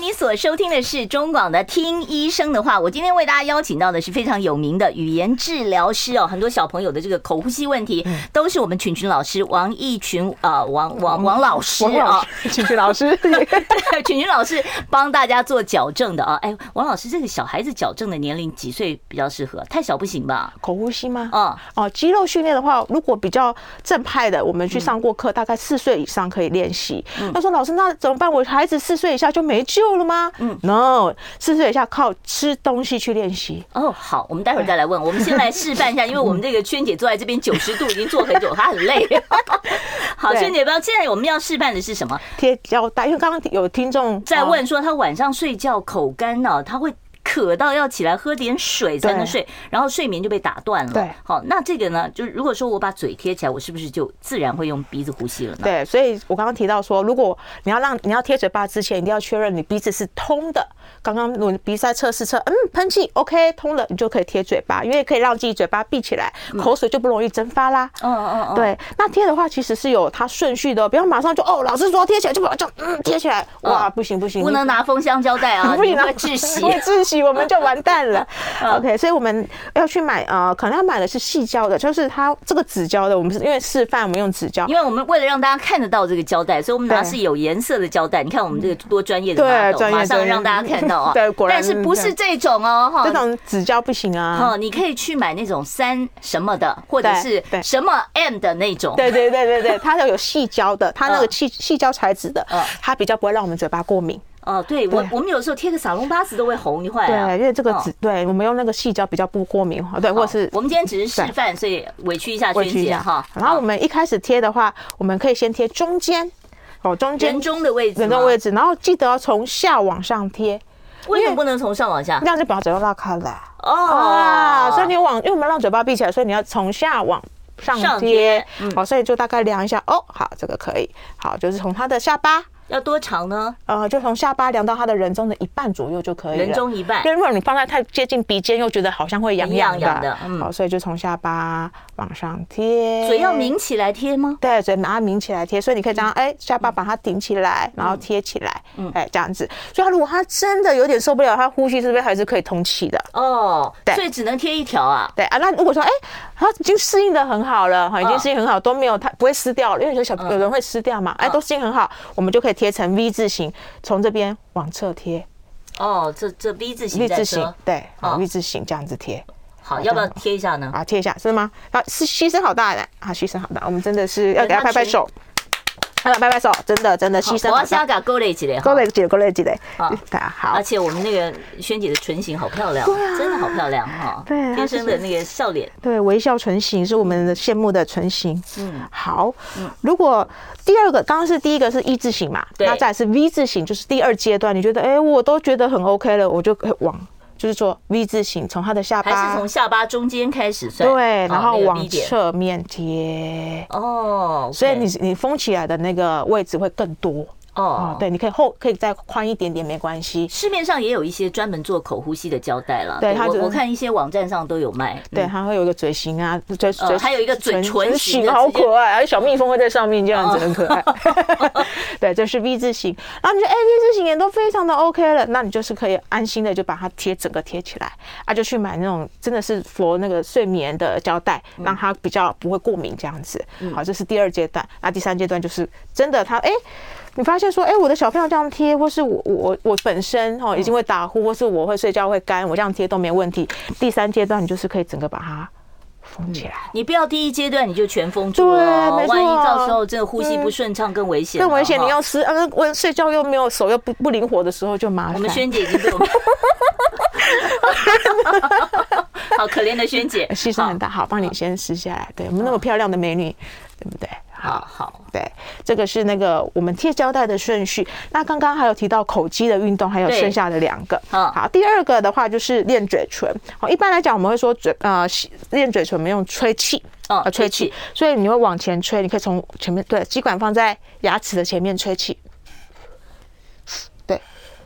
A: 你所收听的是中广的《听医生的话》，我今天为大家邀请到的是非常有名的语言治疗师哦，很多小朋友的这个口呼吸问题
B: 嗯
A: 都是我们群群老师王义群呃王王王老师
B: 王
A: 啊
B: 老。师，请徐老师。
A: 群群老师帮大家做矫正的啊。哎，王老师，这个小孩子矫正的年龄几岁比较适合？太小不行吧？
B: 口呼吸吗？
A: 嗯
B: 哦，肌肉训练的话，如果比较正派的，我们去上过课，大概四岁以上可以练习。他说：“老师，那怎么办？我孩子四岁以下就没救了吗？”嗯，no，四岁以下靠吃东西去练习。
A: 哦，好，我们待会儿再来问。我们先来示范一下，因为我们这个圈姐坐在这边九十度已经坐很久，她很 累。好，
B: 对
A: 圈姐，不要。现在我们要示范的是什么？
B: 贴胶带，因为刚刚有听众
A: 在
B: 呃
A: 问说她晚上睡觉口干了，她会。渴到要起来喝点水才能
B: 对
A: 睡，然后睡眠就被打断了。
B: 对
A: 好，那这个呢，就是如果说我把嘴贴起来，我是不是就自然会用鼻子呼吸了呢？
B: 对，所以我刚刚提到说，如果你要让你要贴嘴巴之前，一定要确认你鼻子是通的。刚刚我鼻塞测试测，嗯，喷气 OK 通了，你就可以贴嘴巴，因为可以让自己嘴巴闭起来，口水就不容易蒸发啦。
A: 嗯嗯嗯，
B: 对，那贴的话其实是有它顺序的，不要马上就哦，老师说贴起来就把它这样嗯贴起来，哇，
A: 嗯
B: 不行不行，
A: 不
B: 你
A: 能拿封箱胶带 啊，
B: 不
A: 你
B: 行
A: 会
B: 啊，
A: 窒息。嗯
B: 会窒息，我们就完蛋 了。OK，所以我们要去买呃，可能要买的是细胶的，就是它这个纸胶的，我们是因为示范我们用纸胶
A: 因。为我们为了让大家看得到这个胶带，所以我们拿
B: 对
A: 是有颜色的胶带。你看我们这个多专业的
B: 对
A: model，
B: 专业
A: 马上
B: 专业
A: 让大家看到啊。
B: 对果然
A: 但是不是这种哦，哈，
B: 这种纸胶不行啊
A: 哦，！你可以去买那种三什么的，或者是
B: 对对
A: 什么 M 的那种。
B: 对对对对对，它有细胶的，它那个
A: 嗯
B: 细细胶材质的
A: 嗯，
B: 它比较不会让我们嘴巴过敏。
A: 哦，对我
B: 对
A: 我们有时候贴个撒隆巴斯都会红一会儿啊。
B: 对，因为这个
A: 哦
B: 纸，对我们用那个细胶比较不过敏，对，或
A: 好
B: 者是
A: 我们今天只是示
B: 对
A: 范，所以委屈一下
B: 委
A: 娟
B: 屈一
A: 姐
B: 下
A: 哈。
B: 然后我
A: 好
B: 们一开始贴的话，我们可以先贴中间，哦，中间
A: 人中的位置吗，
B: 人中位置，然后记得要从下往上贴，
A: 为什么不能从上往下
B: 这？样就把嘴巴拉开了。
A: 啊哦
B: 啊，，所以你往，因为我们让嘴巴闭起来，所以你要从下往。
A: 上
B: 上
A: 贴嗯
B: 贴，好，所以就大概量一下，哦，好，这个可以，好，就是从他的下巴，
A: 要多长呢？
B: 呃，就从下巴量到他的人中的一半左右就可以了。
A: 人中一半
B: 因。为如果你放在太接近鼻尖，又觉得好像会痒痒
A: 痒痒
B: 的
A: 的嗯，
B: 好，所以就从下巴往上贴，
A: 嘴要抿起来贴吗？
B: 对，嘴把它抿起来贴，所以你可以这样，哎、下巴把它顶起来，然后贴起来，
A: 嗯
B: 哎、这样子。所以他如果他真的有点受不了，他呼吸是不是还是可以通气的？
A: 哦，
B: 对
A: 所以只能贴一条啊。
B: 对啊，那如果说哎、他已经适应的很好了，哈，已经
A: 嗯
B: 适应很好，都没有他不会撕掉了，因为有些小有人会撕掉嘛，
A: 嗯
B: 哎、都适应很好，我们就可以贴成 V 字形，从这边往侧贴
A: 哦，这这 V 字形
B: ，V
A: 在
B: 字
A: 遮
B: 形，对，好
A: 哦
B: V 字形这样子贴，
A: 好，要不要贴一下呢？
B: 啊，贴一下，真的吗？啊，是牺牲好大的啊，牺牲好大，我们真的是要给他拍拍手，要给他拍拍手，真的真的
A: 好
B: 牺牲
A: 我
B: 好
A: 要先
B: 大。
A: 搞勾勒起来，
B: 够累姐，够累姐嘞
A: 好，
B: 对啊，好
A: 而，且我们那个萱姐的唇形好漂亮，啊真的好漂亮哈，
B: 啊对她
A: 天生的那个笑脸，
B: 对，微笑唇形是我们的羡慕的唇形。
A: 嗯
B: 嗯，好。如果第二个，刚刚是第一个是一字形嘛，
A: 对
B: 那再来是 V 字形，就是第二阶段，你觉得哎、诶我都觉得很 OK 了，我就可以往，就是说 V 字形，从它的下
A: 还
B: 巴，
A: 是从下巴中间开始算，
B: 对，然后
A: 哦那个
B: 往
A: V 点
B: 侧面贴。
A: 哦，
B: 所以
A: OK
B: 你你封起来的那个位置会更多
A: 哦
B: 哦，，对，你可以后可以再宽一点点没关系，
A: 市面上也有一些专门做口呼吸的胶带啦，
B: 对它就是
A: 我我看一些网站上都有卖。
B: 对，
A: 嗯，
B: 它会有一个嘴型啊，嘴
A: 呃
B: 嘴
A: 还有一个嘴唇型的哦
B: 好
A: 直接
B: 可爱，还有小蜜蜂会在上面这样子，很可爱。 对，这是 V 字形，然后你就哎 V 字形也都非常的 OK 了，那你就是可以安心的就把它贴整个贴起来，啊，就去买那种真的是佛那个睡眠的胶带，
A: 嗯
B: 让它比较不会过敏这样子。好，这是第二阶段，那第三阶段就是真的它哎。你发现说，哎、我的小朋友这样贴，或是我我我我本身哦已
A: 嗯
B: 经会打呼，或是我会睡觉会干，我这样贴都没问题。第三阶段你就是可以整个把它封起来，
A: 你不要第一阶段你就全封住了哦，
B: 对没错
A: 万一到时候真的呼吸不顺畅更危险了，
B: 更危险。
A: 哈
B: 你要吃，啊，我睡觉又没有手又不不灵活的时候就麻烦。
A: 我们萱姐已经被 我们。 好可怜的萱姐，
B: 呃牺牲很大，好，帮你先撕下来。对，我们那么漂亮的美女，对不对？
A: 好。好好，
B: 对，这个是那个我们贴胶带的顺序。那刚刚还有提到口肌的运动，还有
A: 对
B: 剩下的两个。
A: 嗯
B: 好，第二个的话就是练嘴唇。好，一般来讲我们会说嘴呃吸练嘴唇，我们用吹气。
A: 嗯
B: 呃
A: 吹
B: 吹
A: 气
B: 气，所以你会往前吹，你可以从前面对吸管放在牙齿的前面吹气。对，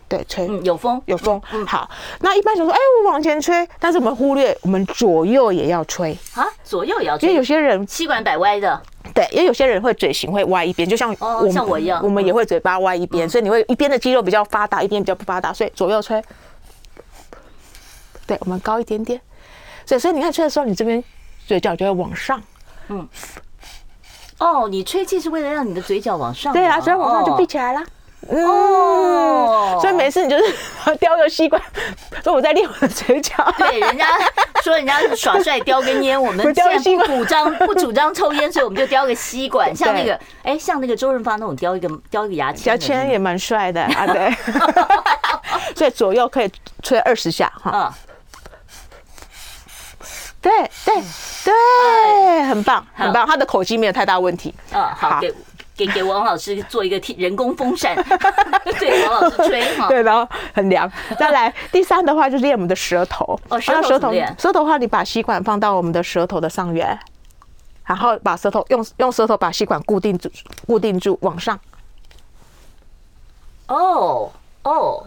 B: 对，吹。
A: 嗯，有风，
B: 有风，好，那一般想说，哎、我往前吹，但是我们忽略我们左右也要吹，
A: 啊，左右也要
B: 因为有
A: 吹，
B: 些人
A: 气管摆歪的，
B: 对，因为有些人会嘴型会歪一边，就像
A: 哦
B: 我们
A: 像我一样嗯
B: 我们也会嘴巴歪一边，所以你会一边的肌肉比较发达，一边比较不发达，所以左右吹。对，我们高一点点，所以所以你看吹的时候，你这边嘴角就会往上。
A: 哦，你吹气是为了让你的嘴角往上，
B: 对啊，所以往上就闭
A: 哦
B: 起来啦。嗯，所以每次你就是 叼个吸管，所以我在练我的嘴角。
A: 对，人 家说人家耍帅叼根烟，我们
B: 不
A: 既
B: 叼
A: 然
B: 吸
A: 不
B: 管
A: 主张 不主张抽烟，所以我们就叼个吸管，像那
B: 对
A: 个哎，像那个周润发那种叼一个叼一个牙签
B: 小
A: 的那种，
B: 圈也蛮 帅的啊，对。所以左右可以吹二十下哈。
A: 啊，
B: 对对对，很棒很棒，他的口技没有太大问题。
A: 嗯，哎好，
B: 好
A: 给给给王老师做一个替人工风扇， 对王老师吹哈，
B: 对，然后很凉。 再来第三的话就是练我们的舌头。
A: 哦舌头
B: 那舌
A: 怎么
B: 头
A: 练
B: 舌头的话，你把吸管放到我们的舌头的上缘，然后把舌头用用舌头把吸管固定住，固定住往上。
A: 哦哦，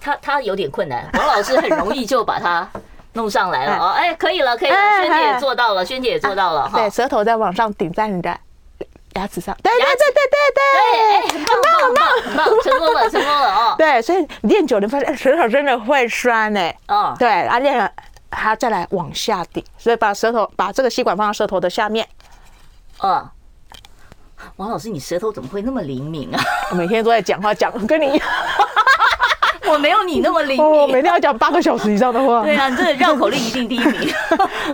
A: 他他有点困难，王老师很容易就把他弄上 来了哦，哎，可以了，可以了，
B: 哎
A: 萱姐也
B: 哎
A: 做到了，萱姐也做到了哈
B: 对，，舌头再往上顶在你的牙齿上。对对
A: 牙齿
B: 对对对对。
A: 哎，很棒，很棒，很棒，成功 了，成功了哦，
B: 对，所以练久了，你发现哎舌头真的会酸呢、
A: 嗯
B: 对，啊，练了，还要再来往下顶，所以把舌头把这个吸管放到舌头的下面，
A: 嗯。王老师，你舌头怎么会那么灵敏啊？
B: 我每天都在讲话，讲跟你一 样，
A: 我没有你那么灵
B: 哦，每
A: 敏。
B: 天要讲八个小时以上的话。
A: 对啊，你这个绕口令一定第一名。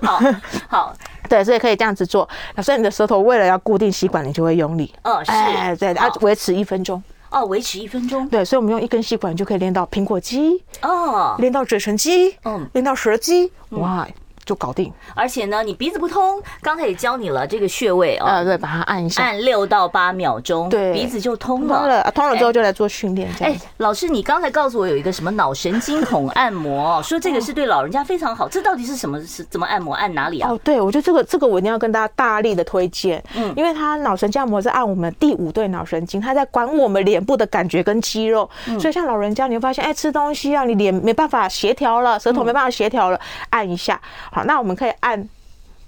A: 好，好，
B: 对，所以可以这样子做。那所以你的舌头为了要固定吸管，你就会用力。
A: 哦是
B: 哎，对，要
A: 好
B: 维持一分钟。
A: 哦，维持一分钟。
B: 对，所以我们用一根吸管就可以练到苹果肌，
A: 哦，
B: 练到嘴唇肌，
A: 嗯
B: 嗯，练到舌肌，哇，就搞定。
A: 而且呢，你鼻子不通，刚才也教你了这个穴位
B: 呃，
A: 哦，
B: 对，把它按一下，
A: 按六到八秒钟，
B: 对
A: 鼻子就通
B: 通
A: 了。
B: 了，啊通了之后就来做训练，这
A: 哎
B: 样子。，
A: 老师，你刚才告诉我有一个什么脑神经孔按摩哦，说这个是对老人家非常好，这到底是什么？是怎么按摩？按哪里啊
B: 哦？，对，我觉得这个这个我一定要跟大家大力的推荐，
A: 嗯
B: 嗯，因为它脑神经按摩是按我们第五对脑神经，它在管我们脸部的感觉跟肌肉，
A: 嗯
B: 所以像老人家你会发现，哎，吃东西啊，你脸没办法协调了，
A: 嗯
B: 舌头没办法协调了，按一下，好，那我们可以按，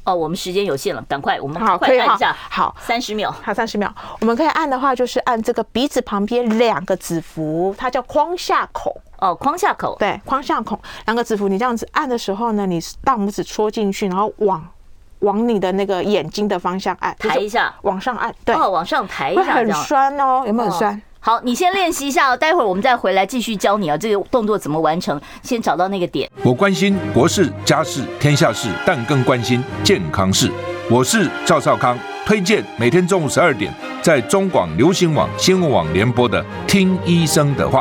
A: 哦，我们时间有限了，赶快，我们
B: 好，可
A: 快
B: 以
A: 按
B: 好
A: 一下，，
B: 好。
A: 三十秒。
B: 好，三十秒，我们可以按的话就是按这个鼻子旁边两个指腹，它叫框下孔。
A: 哦，框下口，
B: 对，框下孔两个指腹，你这样子按的时候呢，你大拇指戳进去，然后往往你的那个眼睛的方向按，就是
A: 抬一下
B: 往上按，对，
A: 哦，往上抬一
B: 会
A: 下，这
B: 很
A: 样。嗯
B: 酸哦，有没有很酸？
A: 好，你先练习一下哦， 待会儿我们再回来继续教你啊，这个动作怎么完成，先找到那个点。
C: 我关心国事、家事、天下事，但更关心健康事。我是赵少康，推荐每天中午十二点在中广流行网、新闻网联播的《听医生的话》。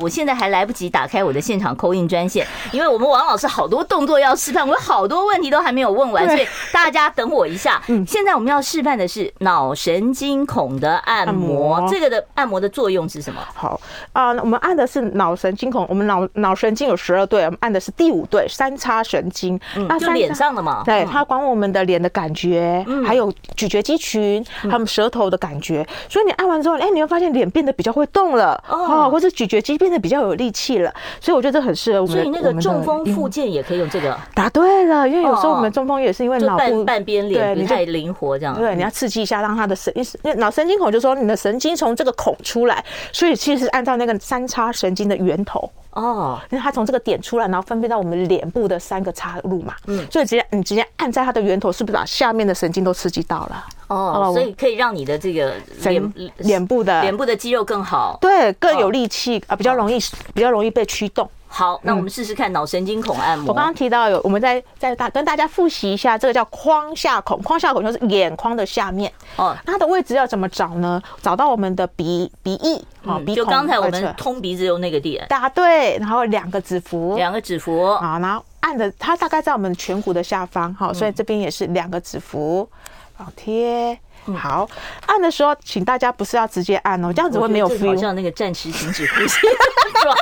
A: 我现在还来不及打开我的现场扣印专线，因为我们王老师好多动作要示范，我有好多问题都还没有问完，所以大家等我一下。
B: 嗯
A: 现在我们要示范的是脑神经孔的按摩，
B: 按摩
A: 这个的按摩的作用是什么？
B: 好啊、那我们按的是脑神经孔，我们脑脑神经有十二对，我们按的是第五对三叉神经。
A: 嗯，就
B: 三
A: 脸
B: 叉
A: 上的嘛。
B: 对，
A: 嗯
B: 它管我们的脸的感觉，还有咀嚼肌群，
A: 嗯
B: 还有我们舌头的感觉。所以你按完之后，哎，你会发现脸变得比较会动了，
A: 哦
B: 哦，或者咀嚼肌变得比较有力气了。所以我觉得这很适合我们
A: 所
B: 的。
A: 以那个
B: 我们的
A: 中风
B: 运
A: 附件也可以用这个，
B: 答对了，因为有时候我
A: 哦
B: 们中风也是因为
A: 就
B: 脑部
A: 半半边脸
B: 对
A: 不
B: 你就
A: 太灵活这样。
B: 对，你要刺激一下，让他的神，因为脑神经孔就说你的神经从这个孔出来，所以其实是按照那个三叉神经的源头，
A: 哦，
B: 因为它从这个点出来，然后分配到我们脸部的三个岔路嘛，嗯，所以直接你直接按在它的源头，是不是把下面的神经都刺激到了？
A: 哦，
B: 哦
A: 所以可以让你的这个脸
B: 整脸部的
A: 脸部的肌肉更好。
B: 对，更有力气啊，比较容易比较容易被驱动。
A: 好，那我们试试看脑神经孔按摩。嗯
B: 我刚刚提到有，我们在在大跟大家复习一下，这个叫框下孔，框下孔就是眼眶的下面。
A: 哦
B: 那它的位置要怎么找呢？找到我们的鼻鼻翼，好、
A: 嗯
B: 鼻
A: 就
B: 孔。
A: 刚才我
B: 而且哦
A: 们通鼻子用那个点，
B: 答对，然后两个指腹，
A: 两个指腹，
B: 好，然后按的它大概在我们颧骨的下方，
A: 嗯
B: 好，所以这边也是两个指腹，好贴。
A: 嗯
B: 好，按的时候，请大家不是要直接按哦，这样子会没有
A: 我觉得这个
B: feel
A: 好。像那个暂时停止呼吸 装，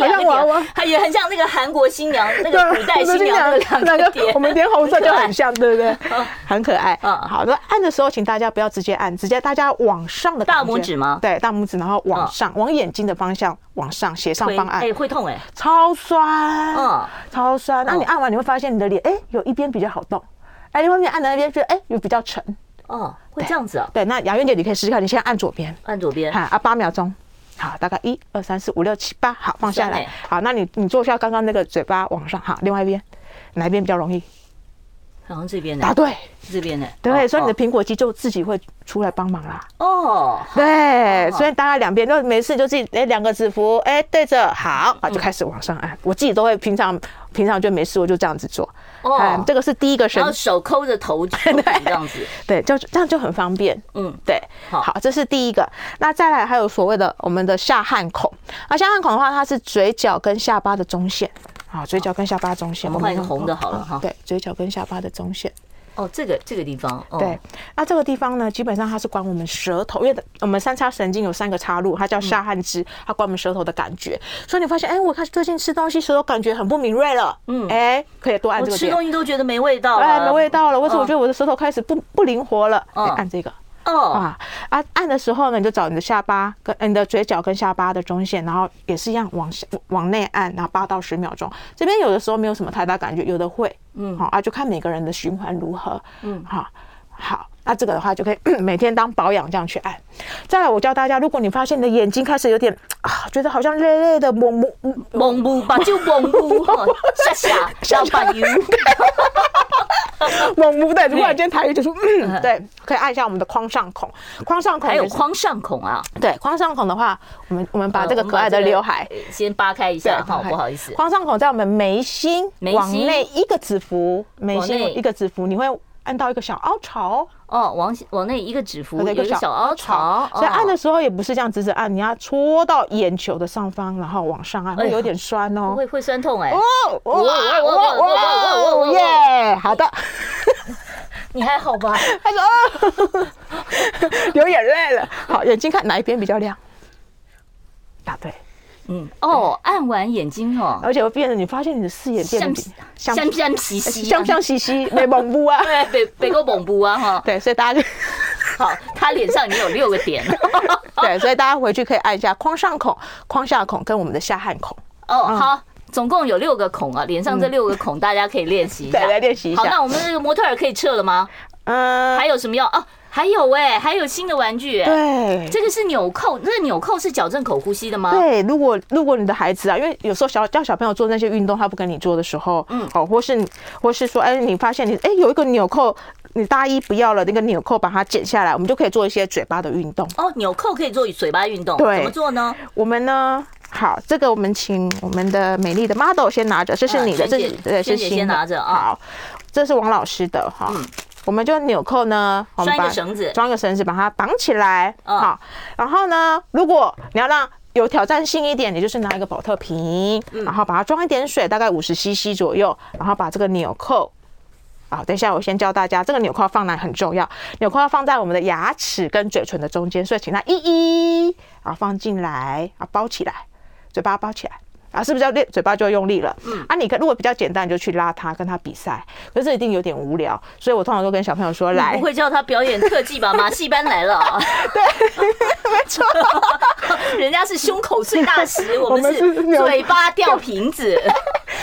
A: 好
B: 像娃娃
A: 还也很像那个韩国新娘，那个古代新娘 那个两个点，
B: 我们点红色就很
A: 像。
B: 像，对不对？ 很可爱。
A: 嗯
B: 好的，按的时候，请大家不要直接按，直接大家往上的
A: 大
B: 感觉
A: 拇指吗
B: 对，大拇指，然后往
A: 嗯
B: 上，往眼睛的方向往上，斜上
A: 会
B: 方按
A: 哎，，会痛哎，
B: 超酸，
A: 嗯
B: 嗯，超酸。那你
A: 嗯
B: 按完你会发现你的脸，哎，有一边比较好动，哎，另外一边按的那边觉得，哎，有比较沉。
A: 哦，会这样子啊，
B: 对，那雅苑姐，你可以试试看，你先按左边，
A: 按左边
B: 哈，啊，八秒钟。好，大概一二三四五六七八，好，放下
A: 酸
B: 来
A: 欸。
B: 好，那你你坐下，刚刚那个嘴巴往上，好，另外一边，哪一边比较容易？
A: 好像这边呢
B: 答，对，
A: 这边呢，
B: 对，
A: 哦
B: 所以你的苹果肌就自己会出来帮忙啦。
A: 哦，
B: 对，所以大家两边就没事就自己哎两个指腹哎对着
A: 嗯
B: 好啊就开始往上按。我自己都会平常平常就没事我就这样子做。
A: 哦
B: 哎这个是第一个神
A: 然后，手抠着头头皮这样子，
B: 对，就这样就很方便。
A: 嗯，
B: 对，
A: 好
B: 好，这是第一个。那再来还有所谓的我们的下颌孔，啊，下颌孔的话，它是嘴角跟下巴的中线。好，嘴角跟下巴中线。
A: 我们换一个
B: 用哦
A: 红的好了哈
B: 对，嘴角跟下巴的中线。
A: 哦，这个这个地方，哦
B: 对，，那这个地方呢，基本上它是管我们舌头，因为我们三叉神经有三个岔路，它
A: 嗯
B: 叫下颌支，它管我们舌头的感觉。所以你发现，哎、我开始最近吃东西，舌头感觉很不敏锐了。嗯，哎、可以多按
A: 我
B: 这个
A: 吃
B: 点
A: 东。西都觉得没味道了，
B: 哎，没味道了，或者
A: 嗯
B: 我觉得我的舌头开始不不灵活了，哎
A: 嗯
B: 按这个。
A: 哦，
B: 啊啊！按的时候呢，你就找你的下巴跟呃你的嘴角跟下巴的中线，然后也是一样往下往内按，然后八到十秒钟。这边有的时候没有什么太大感觉，有的会，嗯，好啊，就看每个人的循环如何，嗯，好，好。那这个的话就可以每天当保养这样去按。再来，我教大家，如果你发现你的眼睛开始有点啊，觉得好像累累的蒙蒙
A: 蒙布吧，就蒙 布，哦吓吓，小把油，
B: 蒙蒙的，突然间台语就说，嗯，对，可以按一下我们的眶上孔，眶上孔
A: 还有
B: 也是
A: 框上孔啊，
B: 对框上孔的话，我们我们把
A: 呃
B: 这个
A: 我们
B: 可爱的
A: 这个
B: 刘海
A: 呃先扒开一下
B: 对啊哎
A: 哈，
B: 扒开
A: 不好意思。
B: 眶上孔在我们眉心
A: 眉心
B: 往内一个指腹，眉
A: 往内
B: 心一个指腹，你会按到一个小凹槽，
A: 哦，往往那一个指腹
B: 对
A: 有一个小凹槽，
B: 所以按的
A: 哦
B: 时候也不是这样直直按，你要戳到眼球的上方，然后往上按，
A: 哎
B: 会
A: 呀
B: 有点酸哦。
A: 会会酸痛哎
B: 哦，哦哦哦哦哦耶！好的，
A: 你还好吧？
B: 他说哦，流眼泪了。好，眼睛看哪一边比较亮？答对，
A: 嗯，哦，
B: 哎
A: 按完眼睛哦，
B: 而且会变得你发现你的视野变得比
A: 香香香兮兮，
B: 香香，兮兮，没蒙布啊。
A: 对，北北沟蒙布啊哈。
B: 对，所以大家就。
A: 好，他脸上已经有六个 点了。
B: 对，所以大家回去可以按一下眶上孔、眶下孔跟我们的下颌孔。
A: 哦，好。总共有六个孔啊，脸上这六个孔大家可以练习一下，
B: 嗯对来练习一下
A: 好，那我们这个模特儿可以撤了吗？
B: 嗯，
A: 还有什么要哦？还有哎、还有新的玩具哎、
B: 对。
A: 这个是纽扣，那纽扣是矫正口呼吸的吗？
B: 对，如果如果你的孩子啊，因为有时候小叫小朋友做那些运动，他不跟你做的时候，嗯，哦，或是你或是说，哎，你发现你哎有一个纽扣，你大衣不要了，那个纽扣把它剪下来，我们就可以做一些嘴巴的运动。
A: 哦，纽扣可以做嘴巴运动，
B: 对
A: 怎么做呢？
B: 我们呢，好，这个我们请我们的美丽的 model 先拿着，这是你的，
A: 啊
B: 这
A: 萱姐
B: 是对，
A: 萱
B: 是
A: 姐
B: 新
A: 先
B: 的
A: 拿着啊
B: 好，这是王老师的哈。我们就纽扣呢，我们
A: 嗯拴一个
B: 把
A: 绳子
B: 装一个绳子把它绑起来。
A: 嗯
B: 好，然后呢，如果你要让有挑战性一点，你就是拿一个保特瓶，
A: 嗯
B: 然后把它装一点水，大概五十 CC 左右，然后把这个纽扣。好，等一下，我先教大家这个纽扣要放哪很重要。纽扣要放在我们的牙齿跟嘴唇的中间，所以请它一一啊放进来啊包起来，嘴巴包起来啊，是不是要练嘴巴就用力了？嗯，啊，你可如果比较简单，你就去拉它，跟它比赛，可是这一定有点无聊，所以我通常都跟小朋 友说，来
A: 不，会叫他表演特技吧？ 马戏班来了啊！ 对，没错， 人家是胸口碎大 石，我们
B: 我
A: 是
B: 们是纽
A: 嘴巴掉瓶子。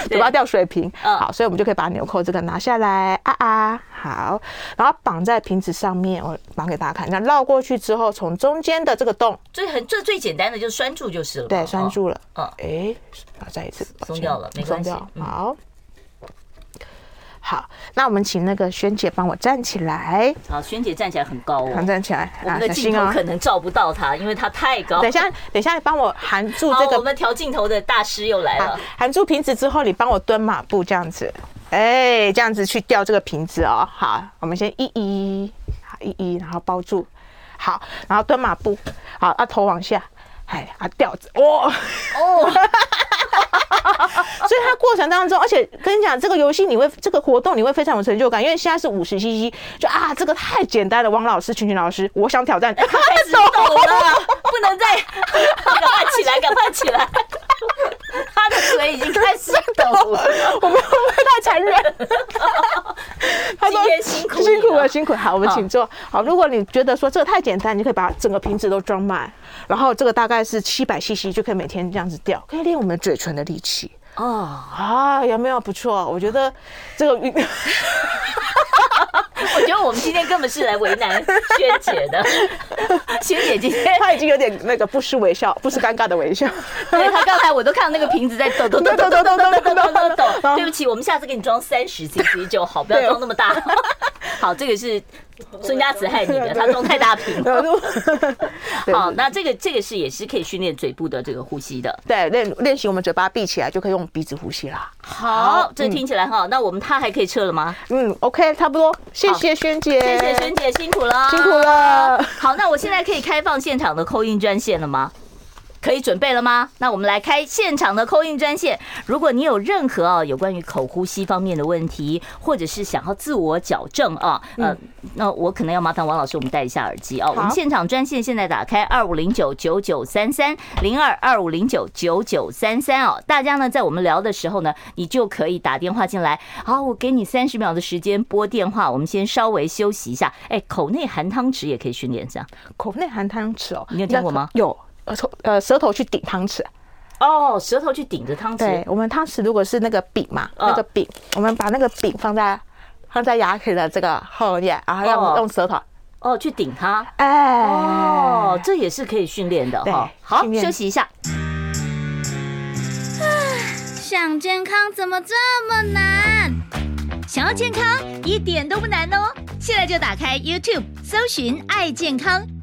B: 嘴巴掉水瓶，
A: 嗯
B: 好，所以我们就可以把纽扣这个拿下来，啊啊，好，然后绑在瓶子上面，我绑给大家看，那绕过去之后，从中间的这个洞，
A: 最很最最简单的就是拴住就是了嘛。
B: 对，拴住
A: 了。
B: 了。
A: 嗯
B: 哎，啊，再一次，抱
A: 松
B: 歉
A: 掉了没关系
B: 松掉
A: 嗯
B: 好，好，那我们请那个萱姐帮我站起来，
A: 好，萱姐站起来很高
B: 帮我
A: 哦，
B: 站起来，
A: 我们的
B: 小
A: 镜
B: 心
A: 头
B: 哦。
A: 可能照不到她，因为她太高。
B: 等一下，等一下，你帮我含住
A: 好
B: 这，
A: 我
B: 个，
A: 们调镜头的大师又来了
B: 含。含住瓶子之后，你帮我蹲马步这样子，哎，这样子去吊这个瓶子哦。好，我们先一一，好一一，然后包住，好，然后蹲马步，好，啊，头往下，哎，啊，吊着，哦。
A: 哦，
B: 所以它过程当中，而且跟你讲，这个游戏你会这个活动你会非常有成就感，因为现在是五十 CC，就啊，这个太简单了。王老师、群群老师，我想 挑战，
A: 开始抖了，不能再，赶快起来，赶快起来。他的嘴已经开始抖了，
B: 我们会不会太残忍？他
A: 今天辛苦你了
B: 辛苦了，辛苦了。好，我们请坐。好，如果你觉得说这个太简单，你可以把整个瓶子都装满，然后这个大概是七百 CC 就可以每天这样子掉，可以练我们嘴唇的力气。
A: 哦，
B: 啊，有没有不错？我觉得这个 运。
A: 我觉得我们今天根本是来为难萱姐的。萱姐今天，
B: 他已经有点那个不失微笑，不失尴尬的微 笑。
A: 对她刚才我都看到那个瓶子在抖抖抖抖抖抖抖抖抖抖抖。对不起，我们下次给你装三十 CC 就好，不要装那么大。好，这个是孙家慈害你的，他装太大瓶了。
B: 对
A: 好，那这个这个是也是可以训练嘴部的这个呼吸的。
B: 对，练练习我们嘴巴闭起来就可以用鼻子呼吸啦。
A: 好，这听起来很好。那我们他还可以撤了吗？
B: 嗯，OK，差不多，谢谢萱姐，
A: 谢谢萱，姐，辛苦了，
B: 辛苦。了。
A: 好，那我现在可以开放现场的扣印专线了吗？可以准备了吗？那我们来开现场的扣印专线。如果你有任何啊有关于口呼吸方面的问题，或者是想要自我矫正啊，呃，那我可能要麻烦王老师我们戴一下耳机啊。我们现场专线现在打开二五零九九九三三零二二五零九九九三三哦。大家呢在我们聊的时候呢，你就可以打电话进来。好，我给你三十秒的时间拨电话，我们先稍微休息一下。哎，口内含汤匙也可以训练一下。
B: 口内含汤匙哦，
A: 你有听过吗
B: 那有，呃，从呃舌头去顶汤匙。
A: 哦，舌头去顶着汤
B: 对
A: 匙，，
B: 我们汤匙如果是那个柄嘛，
A: 嗯
B: 那个柄，我们把那个柄放在放在牙齿的这个后面，然后
A: 哦
B: 用用舌头，
A: 哦，去顶它，
B: 哎，
A: 哦，这也是可以训练的
B: 对
A: 哈。好，
B: 训练
A: 休息一下。
D: 想健康怎么这么难？想要健康一点都不难哦！现在就打开 YouTube 搜寻“爱健康”，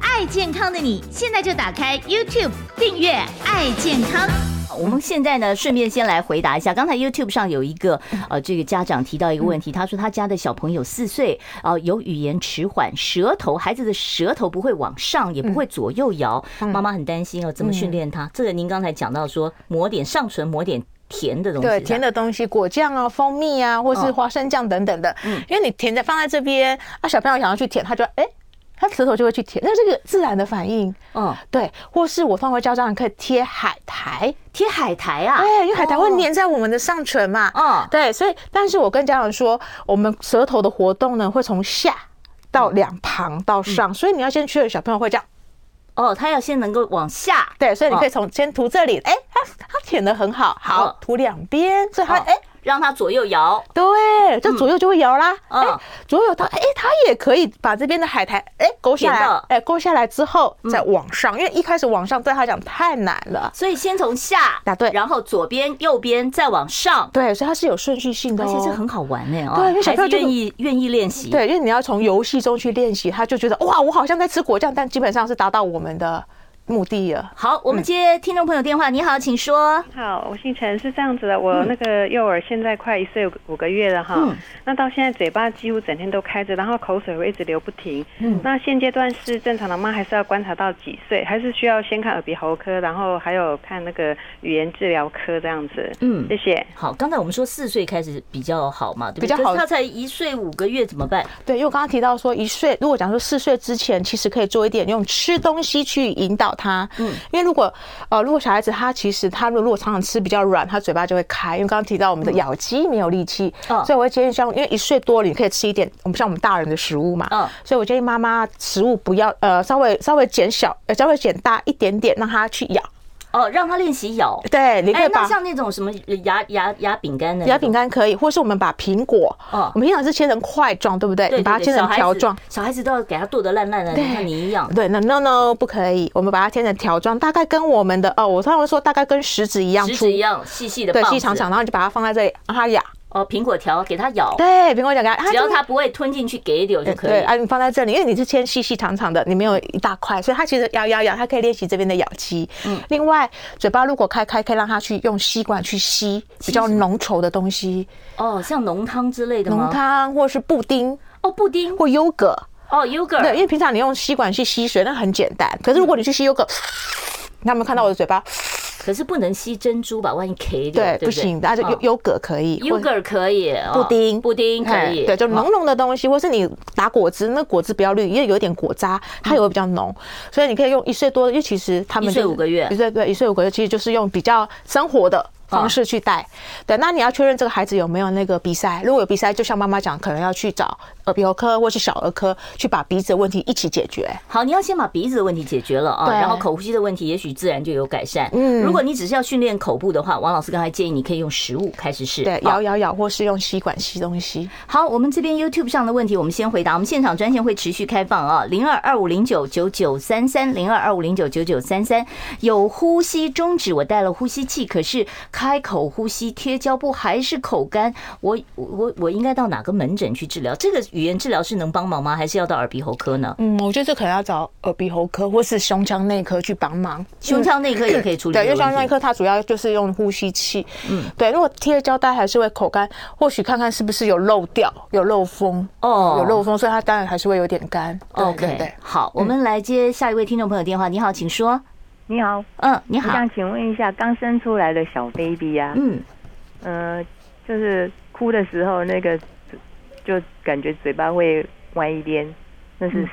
D: 爱健康的你，现在就打开 YouTube 订阅“爱健康”。
A: 我们现在呢，顺便先来回答一下，刚才 YouTube 上有一个
B: 嗯
A: 呃，这个家长提到一个问题，他说他家的小朋友四岁，呃，有语言迟缓，舌头孩子的舌头不会往上，
B: 嗯
A: 也不会左右摇，妈妈很担心哦，怎么训练他？这个您刚才讲到说，抹点上唇，抹点甜的东西，啊
B: 对，甜的东西，果酱啊、蜂蜜啊，或是
A: 嗯
B: 花生酱等等的。因为你甜的放在这边，啊，小朋友想要去舔，他就哎。他舌头就会去舔，那这个自然的反应，
A: 嗯
B: 对。或是我放回教家长可以贴海苔，
A: 贴海苔啊，
B: 哎，因为海苔会粘在我们的上唇嘛，
A: 嗯
B: 对。所以，但是我跟家长说，我们舌
A: 嗯
B: 头的活动呢，会从下到两旁到上，所以你要先确认小朋友会这样，
A: 哦，它要先能够往下，
B: 对，所以你可以
A: 哦
B: 从先涂这里，哎、它它舔的很好，好
A: 嗯
B: 涂两边，所以它
A: 哦
B: 哎、
A: 让它左右摇，
B: 对，就左右就会摇啦，哎、
A: 嗯
B: 左右它哎、它也可以把这边的海苔哎、勾下来
A: 舔到，嗯
B: 哎、勾下来之后再往上，因为一开始往上对它来讲太难了，
A: 所以先从下
B: 答啊对
A: 然后左边、右边再往上，
B: 对，所以它是有顺序性的、
A: 而
B: 哦，
A: 且这很好玩呢、哦，
B: 对因为小
A: 孩
B: 朋
A: 子
B: 友就
A: 愿意愿意练习，，
B: 对，因为你要从游戏中去练习，他就觉得哇，我好像在吃果酱，但基本上是达到我们的目的了。
A: 好，我们接听众朋友电话，你好，请说，
E: 好，我姓陈，是这样子的，我那个幼儿现在快一岁五个月了哈，那到现在嘴巴几乎整天都开着，然后口水会一直流不停。嗯，那现阶段是正常的吗？还是要观察到几岁？还是需要先看耳鼻喉科，然后还有看那个语言治疗科这样子？
A: 嗯
E: 谢谢。
A: 好，刚才我们说四岁开始比较好嘛，对不对？
B: 比较好
A: 可是他才一岁五个月怎么办？
B: 对，因为我刚刚提到说，一岁如果讲说四岁之前，其实可以做一点用吃东西去引导他。嗯，因为如果呃，如果小孩子他其实他如果常常吃比较软，他嘴巴就会开。因为刚刚提到我们的咬肌没有力气，
A: 嗯
B: 所以我会建议像因为一岁多了，你可以吃一点我们像我们大人的食物嘛。
A: 嗯
B: 所以我建议妈妈食物不要呃稍微稍微减小呃稍微减大一点点，让他去咬。
A: 哦，让他练习咬。
B: 对，你可
A: 哎
B: 以，把、
A: 那像那种什么牙牙牙饼干的那种，
B: 牙饼干可以，或是我们把苹果，
A: 嗯
B: 我们平常是切成块状，对不对？
A: 对，对，
B: 你把它
A: 对
B: 切成条状。，
A: 小孩子小啊孩子都要给它剁得烂烂的，
B: 对
A: 像你一样。
B: 对，那 no no 不可以，我们把它切成条状，大概跟我们的哦，我通常说大概跟食指一样
A: 食
B: 粗，
A: 指一样细细的
B: 对
A: 棒，
B: 细
A: 子，
B: 长长，然后你就把它放在这里让它咬，
A: 哦，苹果条给它咬，
B: 对，苹果讲给它，
A: 只要
B: 就是
A: 它不会吞进去给一丢就可
B: 对
A: 以。
B: 啊，你放在这里，因为你是切细细长长的，你没有一大块，所以它其实咬咬咬，它可以练习这边的咬肌。嗯，另外嘴巴如果开开，可以让它去用吸管去吸比较浓稠的东西，
A: 哦，像浓汤之类的吗？
B: 浓汤或是布丁
A: 哦，布丁
B: 或优格。
A: 哦
B: 对，因
A: ，yogurt
B: 为平常你用吸管去吸水，那很简单。可是如果你去吸有个，你有没有看到我的嘴巴？
A: 可是不能吸珍珠吧？万一 K 掉，对，对
B: 对
A: 嗯
B: 不行，那就优优格可以，
A: y o
B: 或
A: g u r t 可以，哦
B: 布丁，
A: 布丁可
B: 哎
A: 以，
B: 对，就
A: 哦
B: 浓浓的东西，或是你打果汁，那果汁不要绿，因为有一点果渣，它也会比较浓，所以你可以用一岁多，因为其实他们
A: 嗯一岁
B: 就是
A: 五个月嗯
B: 一岁对，一岁五个月，其实就是用比较生活的。方式去带，对，那你要确认这个孩子有没有那个鼻塞。如果有鼻塞，就像妈妈讲，可能要去找耳鼻喉科或是小儿科，去把鼻子的问题一起解决。
A: 好，你要先把鼻子的问题解决了啊，
B: 对
A: 然后口呼吸的问题也许自然就有改善。
B: 嗯
A: 如果你只是要训练口部的话，王老师刚才建议你可以用食物开始试。
B: 对，
A: 好
B: 咬咬咬，或是用吸管吸东西。
A: 好，我们这边 YouTube 上的问题，我们先回答。我们现场专线会持续开放啊，零二二五零九九九三三，零二二五零九九九三三。有呼吸终止，我带了呼吸器，可是开口呼吸、贴胶布还是口干，我我我我应该到哪个门诊去治疗？这个语言治疗是能帮忙吗？还是要到耳鼻喉科呢？
B: 嗯，我觉得这可能要找耳鼻喉科或是胸腔内科去帮忙。嗯
A: 胸腔内科也可 以处理这
B: 对，
A: 个问
B: 因为
A: 题。
B: 胸腔内科它主要就是用呼吸器。嗯，对，如果贴胶带还是会口干，或许看看是不是有漏掉、有漏风
A: 哦
B: 有漏风，所以它当然还是会有点干。对
A: OK，
B: 对对。
A: 好，我们来接下一位听众朋友电话。你好，请说。
F: 嗯你好，
A: 嗯，你
F: 我
A: 好，
F: 想请问一下，刚生出来的小 baby 呀、
A: 嗯，
F: 呃，就是哭的时候那个，就感觉嘴巴会弯一边，那是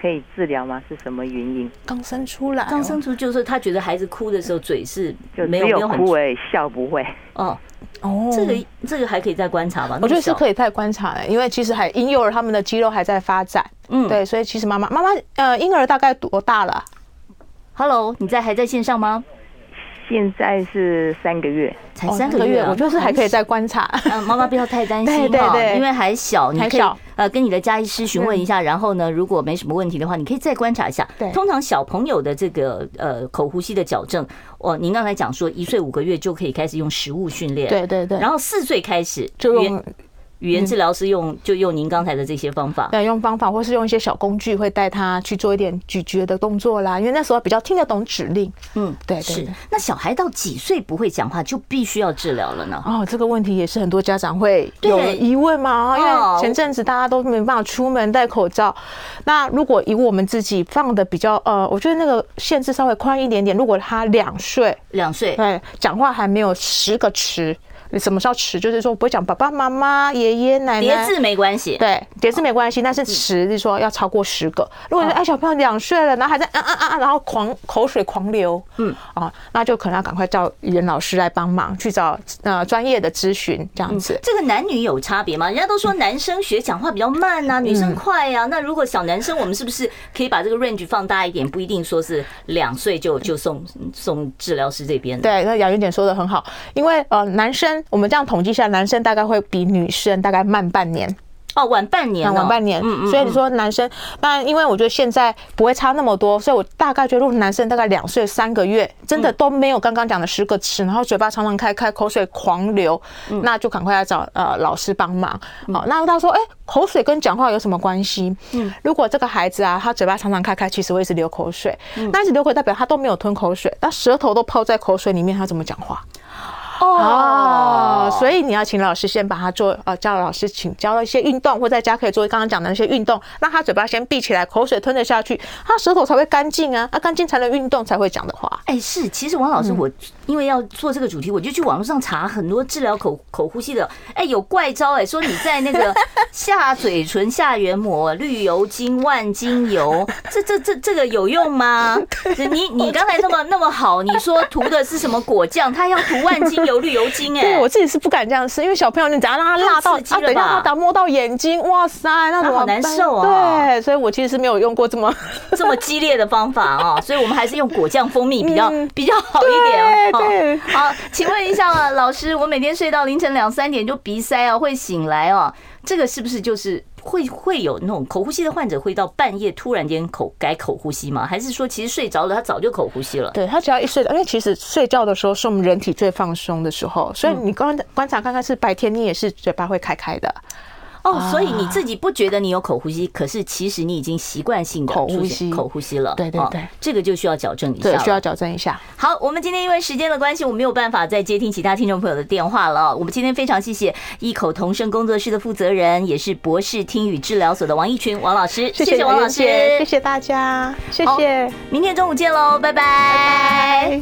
F: 可以治疗吗？是什么原因？
B: 刚生出
F: 哎
B: 来哦，
A: 刚生出就是他觉得孩子哭的时候嘴是
F: 就
A: 没
F: 只
A: 有没有
F: 有
A: 很
F: 哭而已，笑不会。嗯
A: 哦，
B: 哦，
A: 这个这个还可以再观察吧。
B: 我觉得是
A: 以，
B: 可以再观察的，因为其实还婴幼儿他们的肌肉还在发展。
A: 嗯，对
B: 对，所以其实妈妈妈妈呃，婴儿大概多大了啊？
A: ，Hello，你在还在线上吗？
F: 现在是三个月，
A: 才
B: 哦
A: 三个月啊，
B: 我觉得是还可以再观 察。
A: 嗯，妈妈不要太担心
B: 对对
A: 哈
B: 对
A: 因为还小，你
B: 还
A: 可以
B: 小嗯
A: 呃跟你的家医师询问一下，然后呢，如果没什么问题的话，你可以再观察一下。
B: 对
A: 通常小朋友的这个呃口呼吸的矫正，哦，您刚才讲说一岁五个月就可以开始用食物训练，
B: 对对对，
A: 然后四岁开始语
B: 就用
A: 言语言治疗师用就用您刚才的这些方法。
B: 对，用方法或是用一些小工具，会带他去做一点咀嚼的动作啦，因为那时候比较听得懂指令。
A: 嗯，
B: 对对
A: 是
B: 对。
A: 那小孩到几岁不会讲话就必须要治疗了呢？
B: 哦，这个问题也是很多家长会有
A: 对
B: 疑问嘛，因
A: 哦
B: 为前阵子大家都没办法出门戴口罩。那如果以我们自己放的比较，呃，我觉得那个限制稍微宽一点点。如果他两岁，哎
A: 两岁
B: 对，讲话还没有十个词，你什么时候吃，就是说不会讲爸爸妈妈、爷爷奶奶。
A: 叠字没关系，
B: 对，叠字没关系，但是吃是说要超过十个。如果是哎小朋友两岁了，然后还在啊啊啊，然后狂口水狂流，嗯，哦，那就可能要赶快叫语言老师来帮忙，去找呃专业的咨询这样子。
A: 这个男女有差别吗？人家都说男生学讲话比较慢啊，女生快啊。那如果小男生，我们是不是可以把这个 range 放大一点？不一定说是两岁就就送送治疗师这边。，
B: 对，那雅云姐说的很好，因为呃男生我们这样统计一下，男生大概会比女生大概慢半年。
A: 哦，晚半年、
B: 那
A: 哦，
B: 晚半年，所以你说男
A: 嗯
B: 生，那因为我觉得现在不会差那么多，所以我大概觉得，如果男生大概两岁三个月，真的都没有刚刚讲的十个吃，然后嘴巴常常开开，口水狂流，
A: 嗯
B: 那就赶快来找呃老师帮忙。好，那他说，哎，口水跟讲话有什么关系？嗯，如果这个孩子啊，他嘴巴常常开开，其实会一直流口水，
A: 嗯
B: 那一直流口水代表他都没有吞口水，那舌头都泡在口水里面，他怎么讲话？
A: 嗯
B: 哦，所以你要请老师先把他做呃，叫老师请教一些运动，或在家可以做刚刚讲的那些运动，让他嘴巴先闭起来，口水吞得下去，他舌头才会干净啊，啊干净才能运动才会讲的话。
A: 哎，是，其实王老师，
B: 嗯
A: 我因为要做这个主题，我就去网络上查很多治疗口口呼吸的，哎，有怪招哎，说你在那 个下嘴唇、下缘膜、绿油精、万金油，这这这这个有用 吗？你你刚才那么那么好，你说涂的是什么果酱？他要涂万金油、绿油精
B: 对
A: 哎
B: 我，自己是不敢这样吃，因为小朋友你只要让他辣到
A: 太刺激了吧
B: 啊，等一下他打摸到眼睛，哇塞，那怎么
A: 好难
B: 办
A: 受啊
B: 对，所以我其实是没有用过这么
A: 这么激烈的方法 哦，所以我们还是用果酱、蜂蜜比较比较好一点哦。
B: 嗯对对
A: 好，请问一下、啊、老师，我每天睡到凌晨两三点就鼻塞哦，会醒来哦，这个是不是就是会会有那种口呼吸的患者会到半夜突然间口改口呼吸吗？还是说其实睡着了他早就口呼吸了？
B: 对他只要一睡着，因为其实睡觉的时候是我们人体最放松的时候，所以你观观察看看，是白天你也是嘴巴会开开的，啊
A: 哦，所以你自己不觉得你有口呼吸，可是其实你已经习惯性的
B: 口呼
A: 出现
B: 吸
A: 口呼吸了。
B: 对对
A: 哦
B: 对
A: 这个就需要矫正一下
B: 对
A: 了，。
B: 需要矫正一下。
A: 好，我们今天因为时间的关系，我没有办法再接听其他听众朋友的电话了哦。我们今天非常谢谢异口同声工作室的负责人，也是博士听语治疗所的王一群王老师，
B: 谢
A: 谢
B: 谢
A: 王
B: 王
A: 老
B: 老
A: 师，
B: 师，谢谢大家，谢谢，
A: 明天中午见喽，拜拜
B: 拜。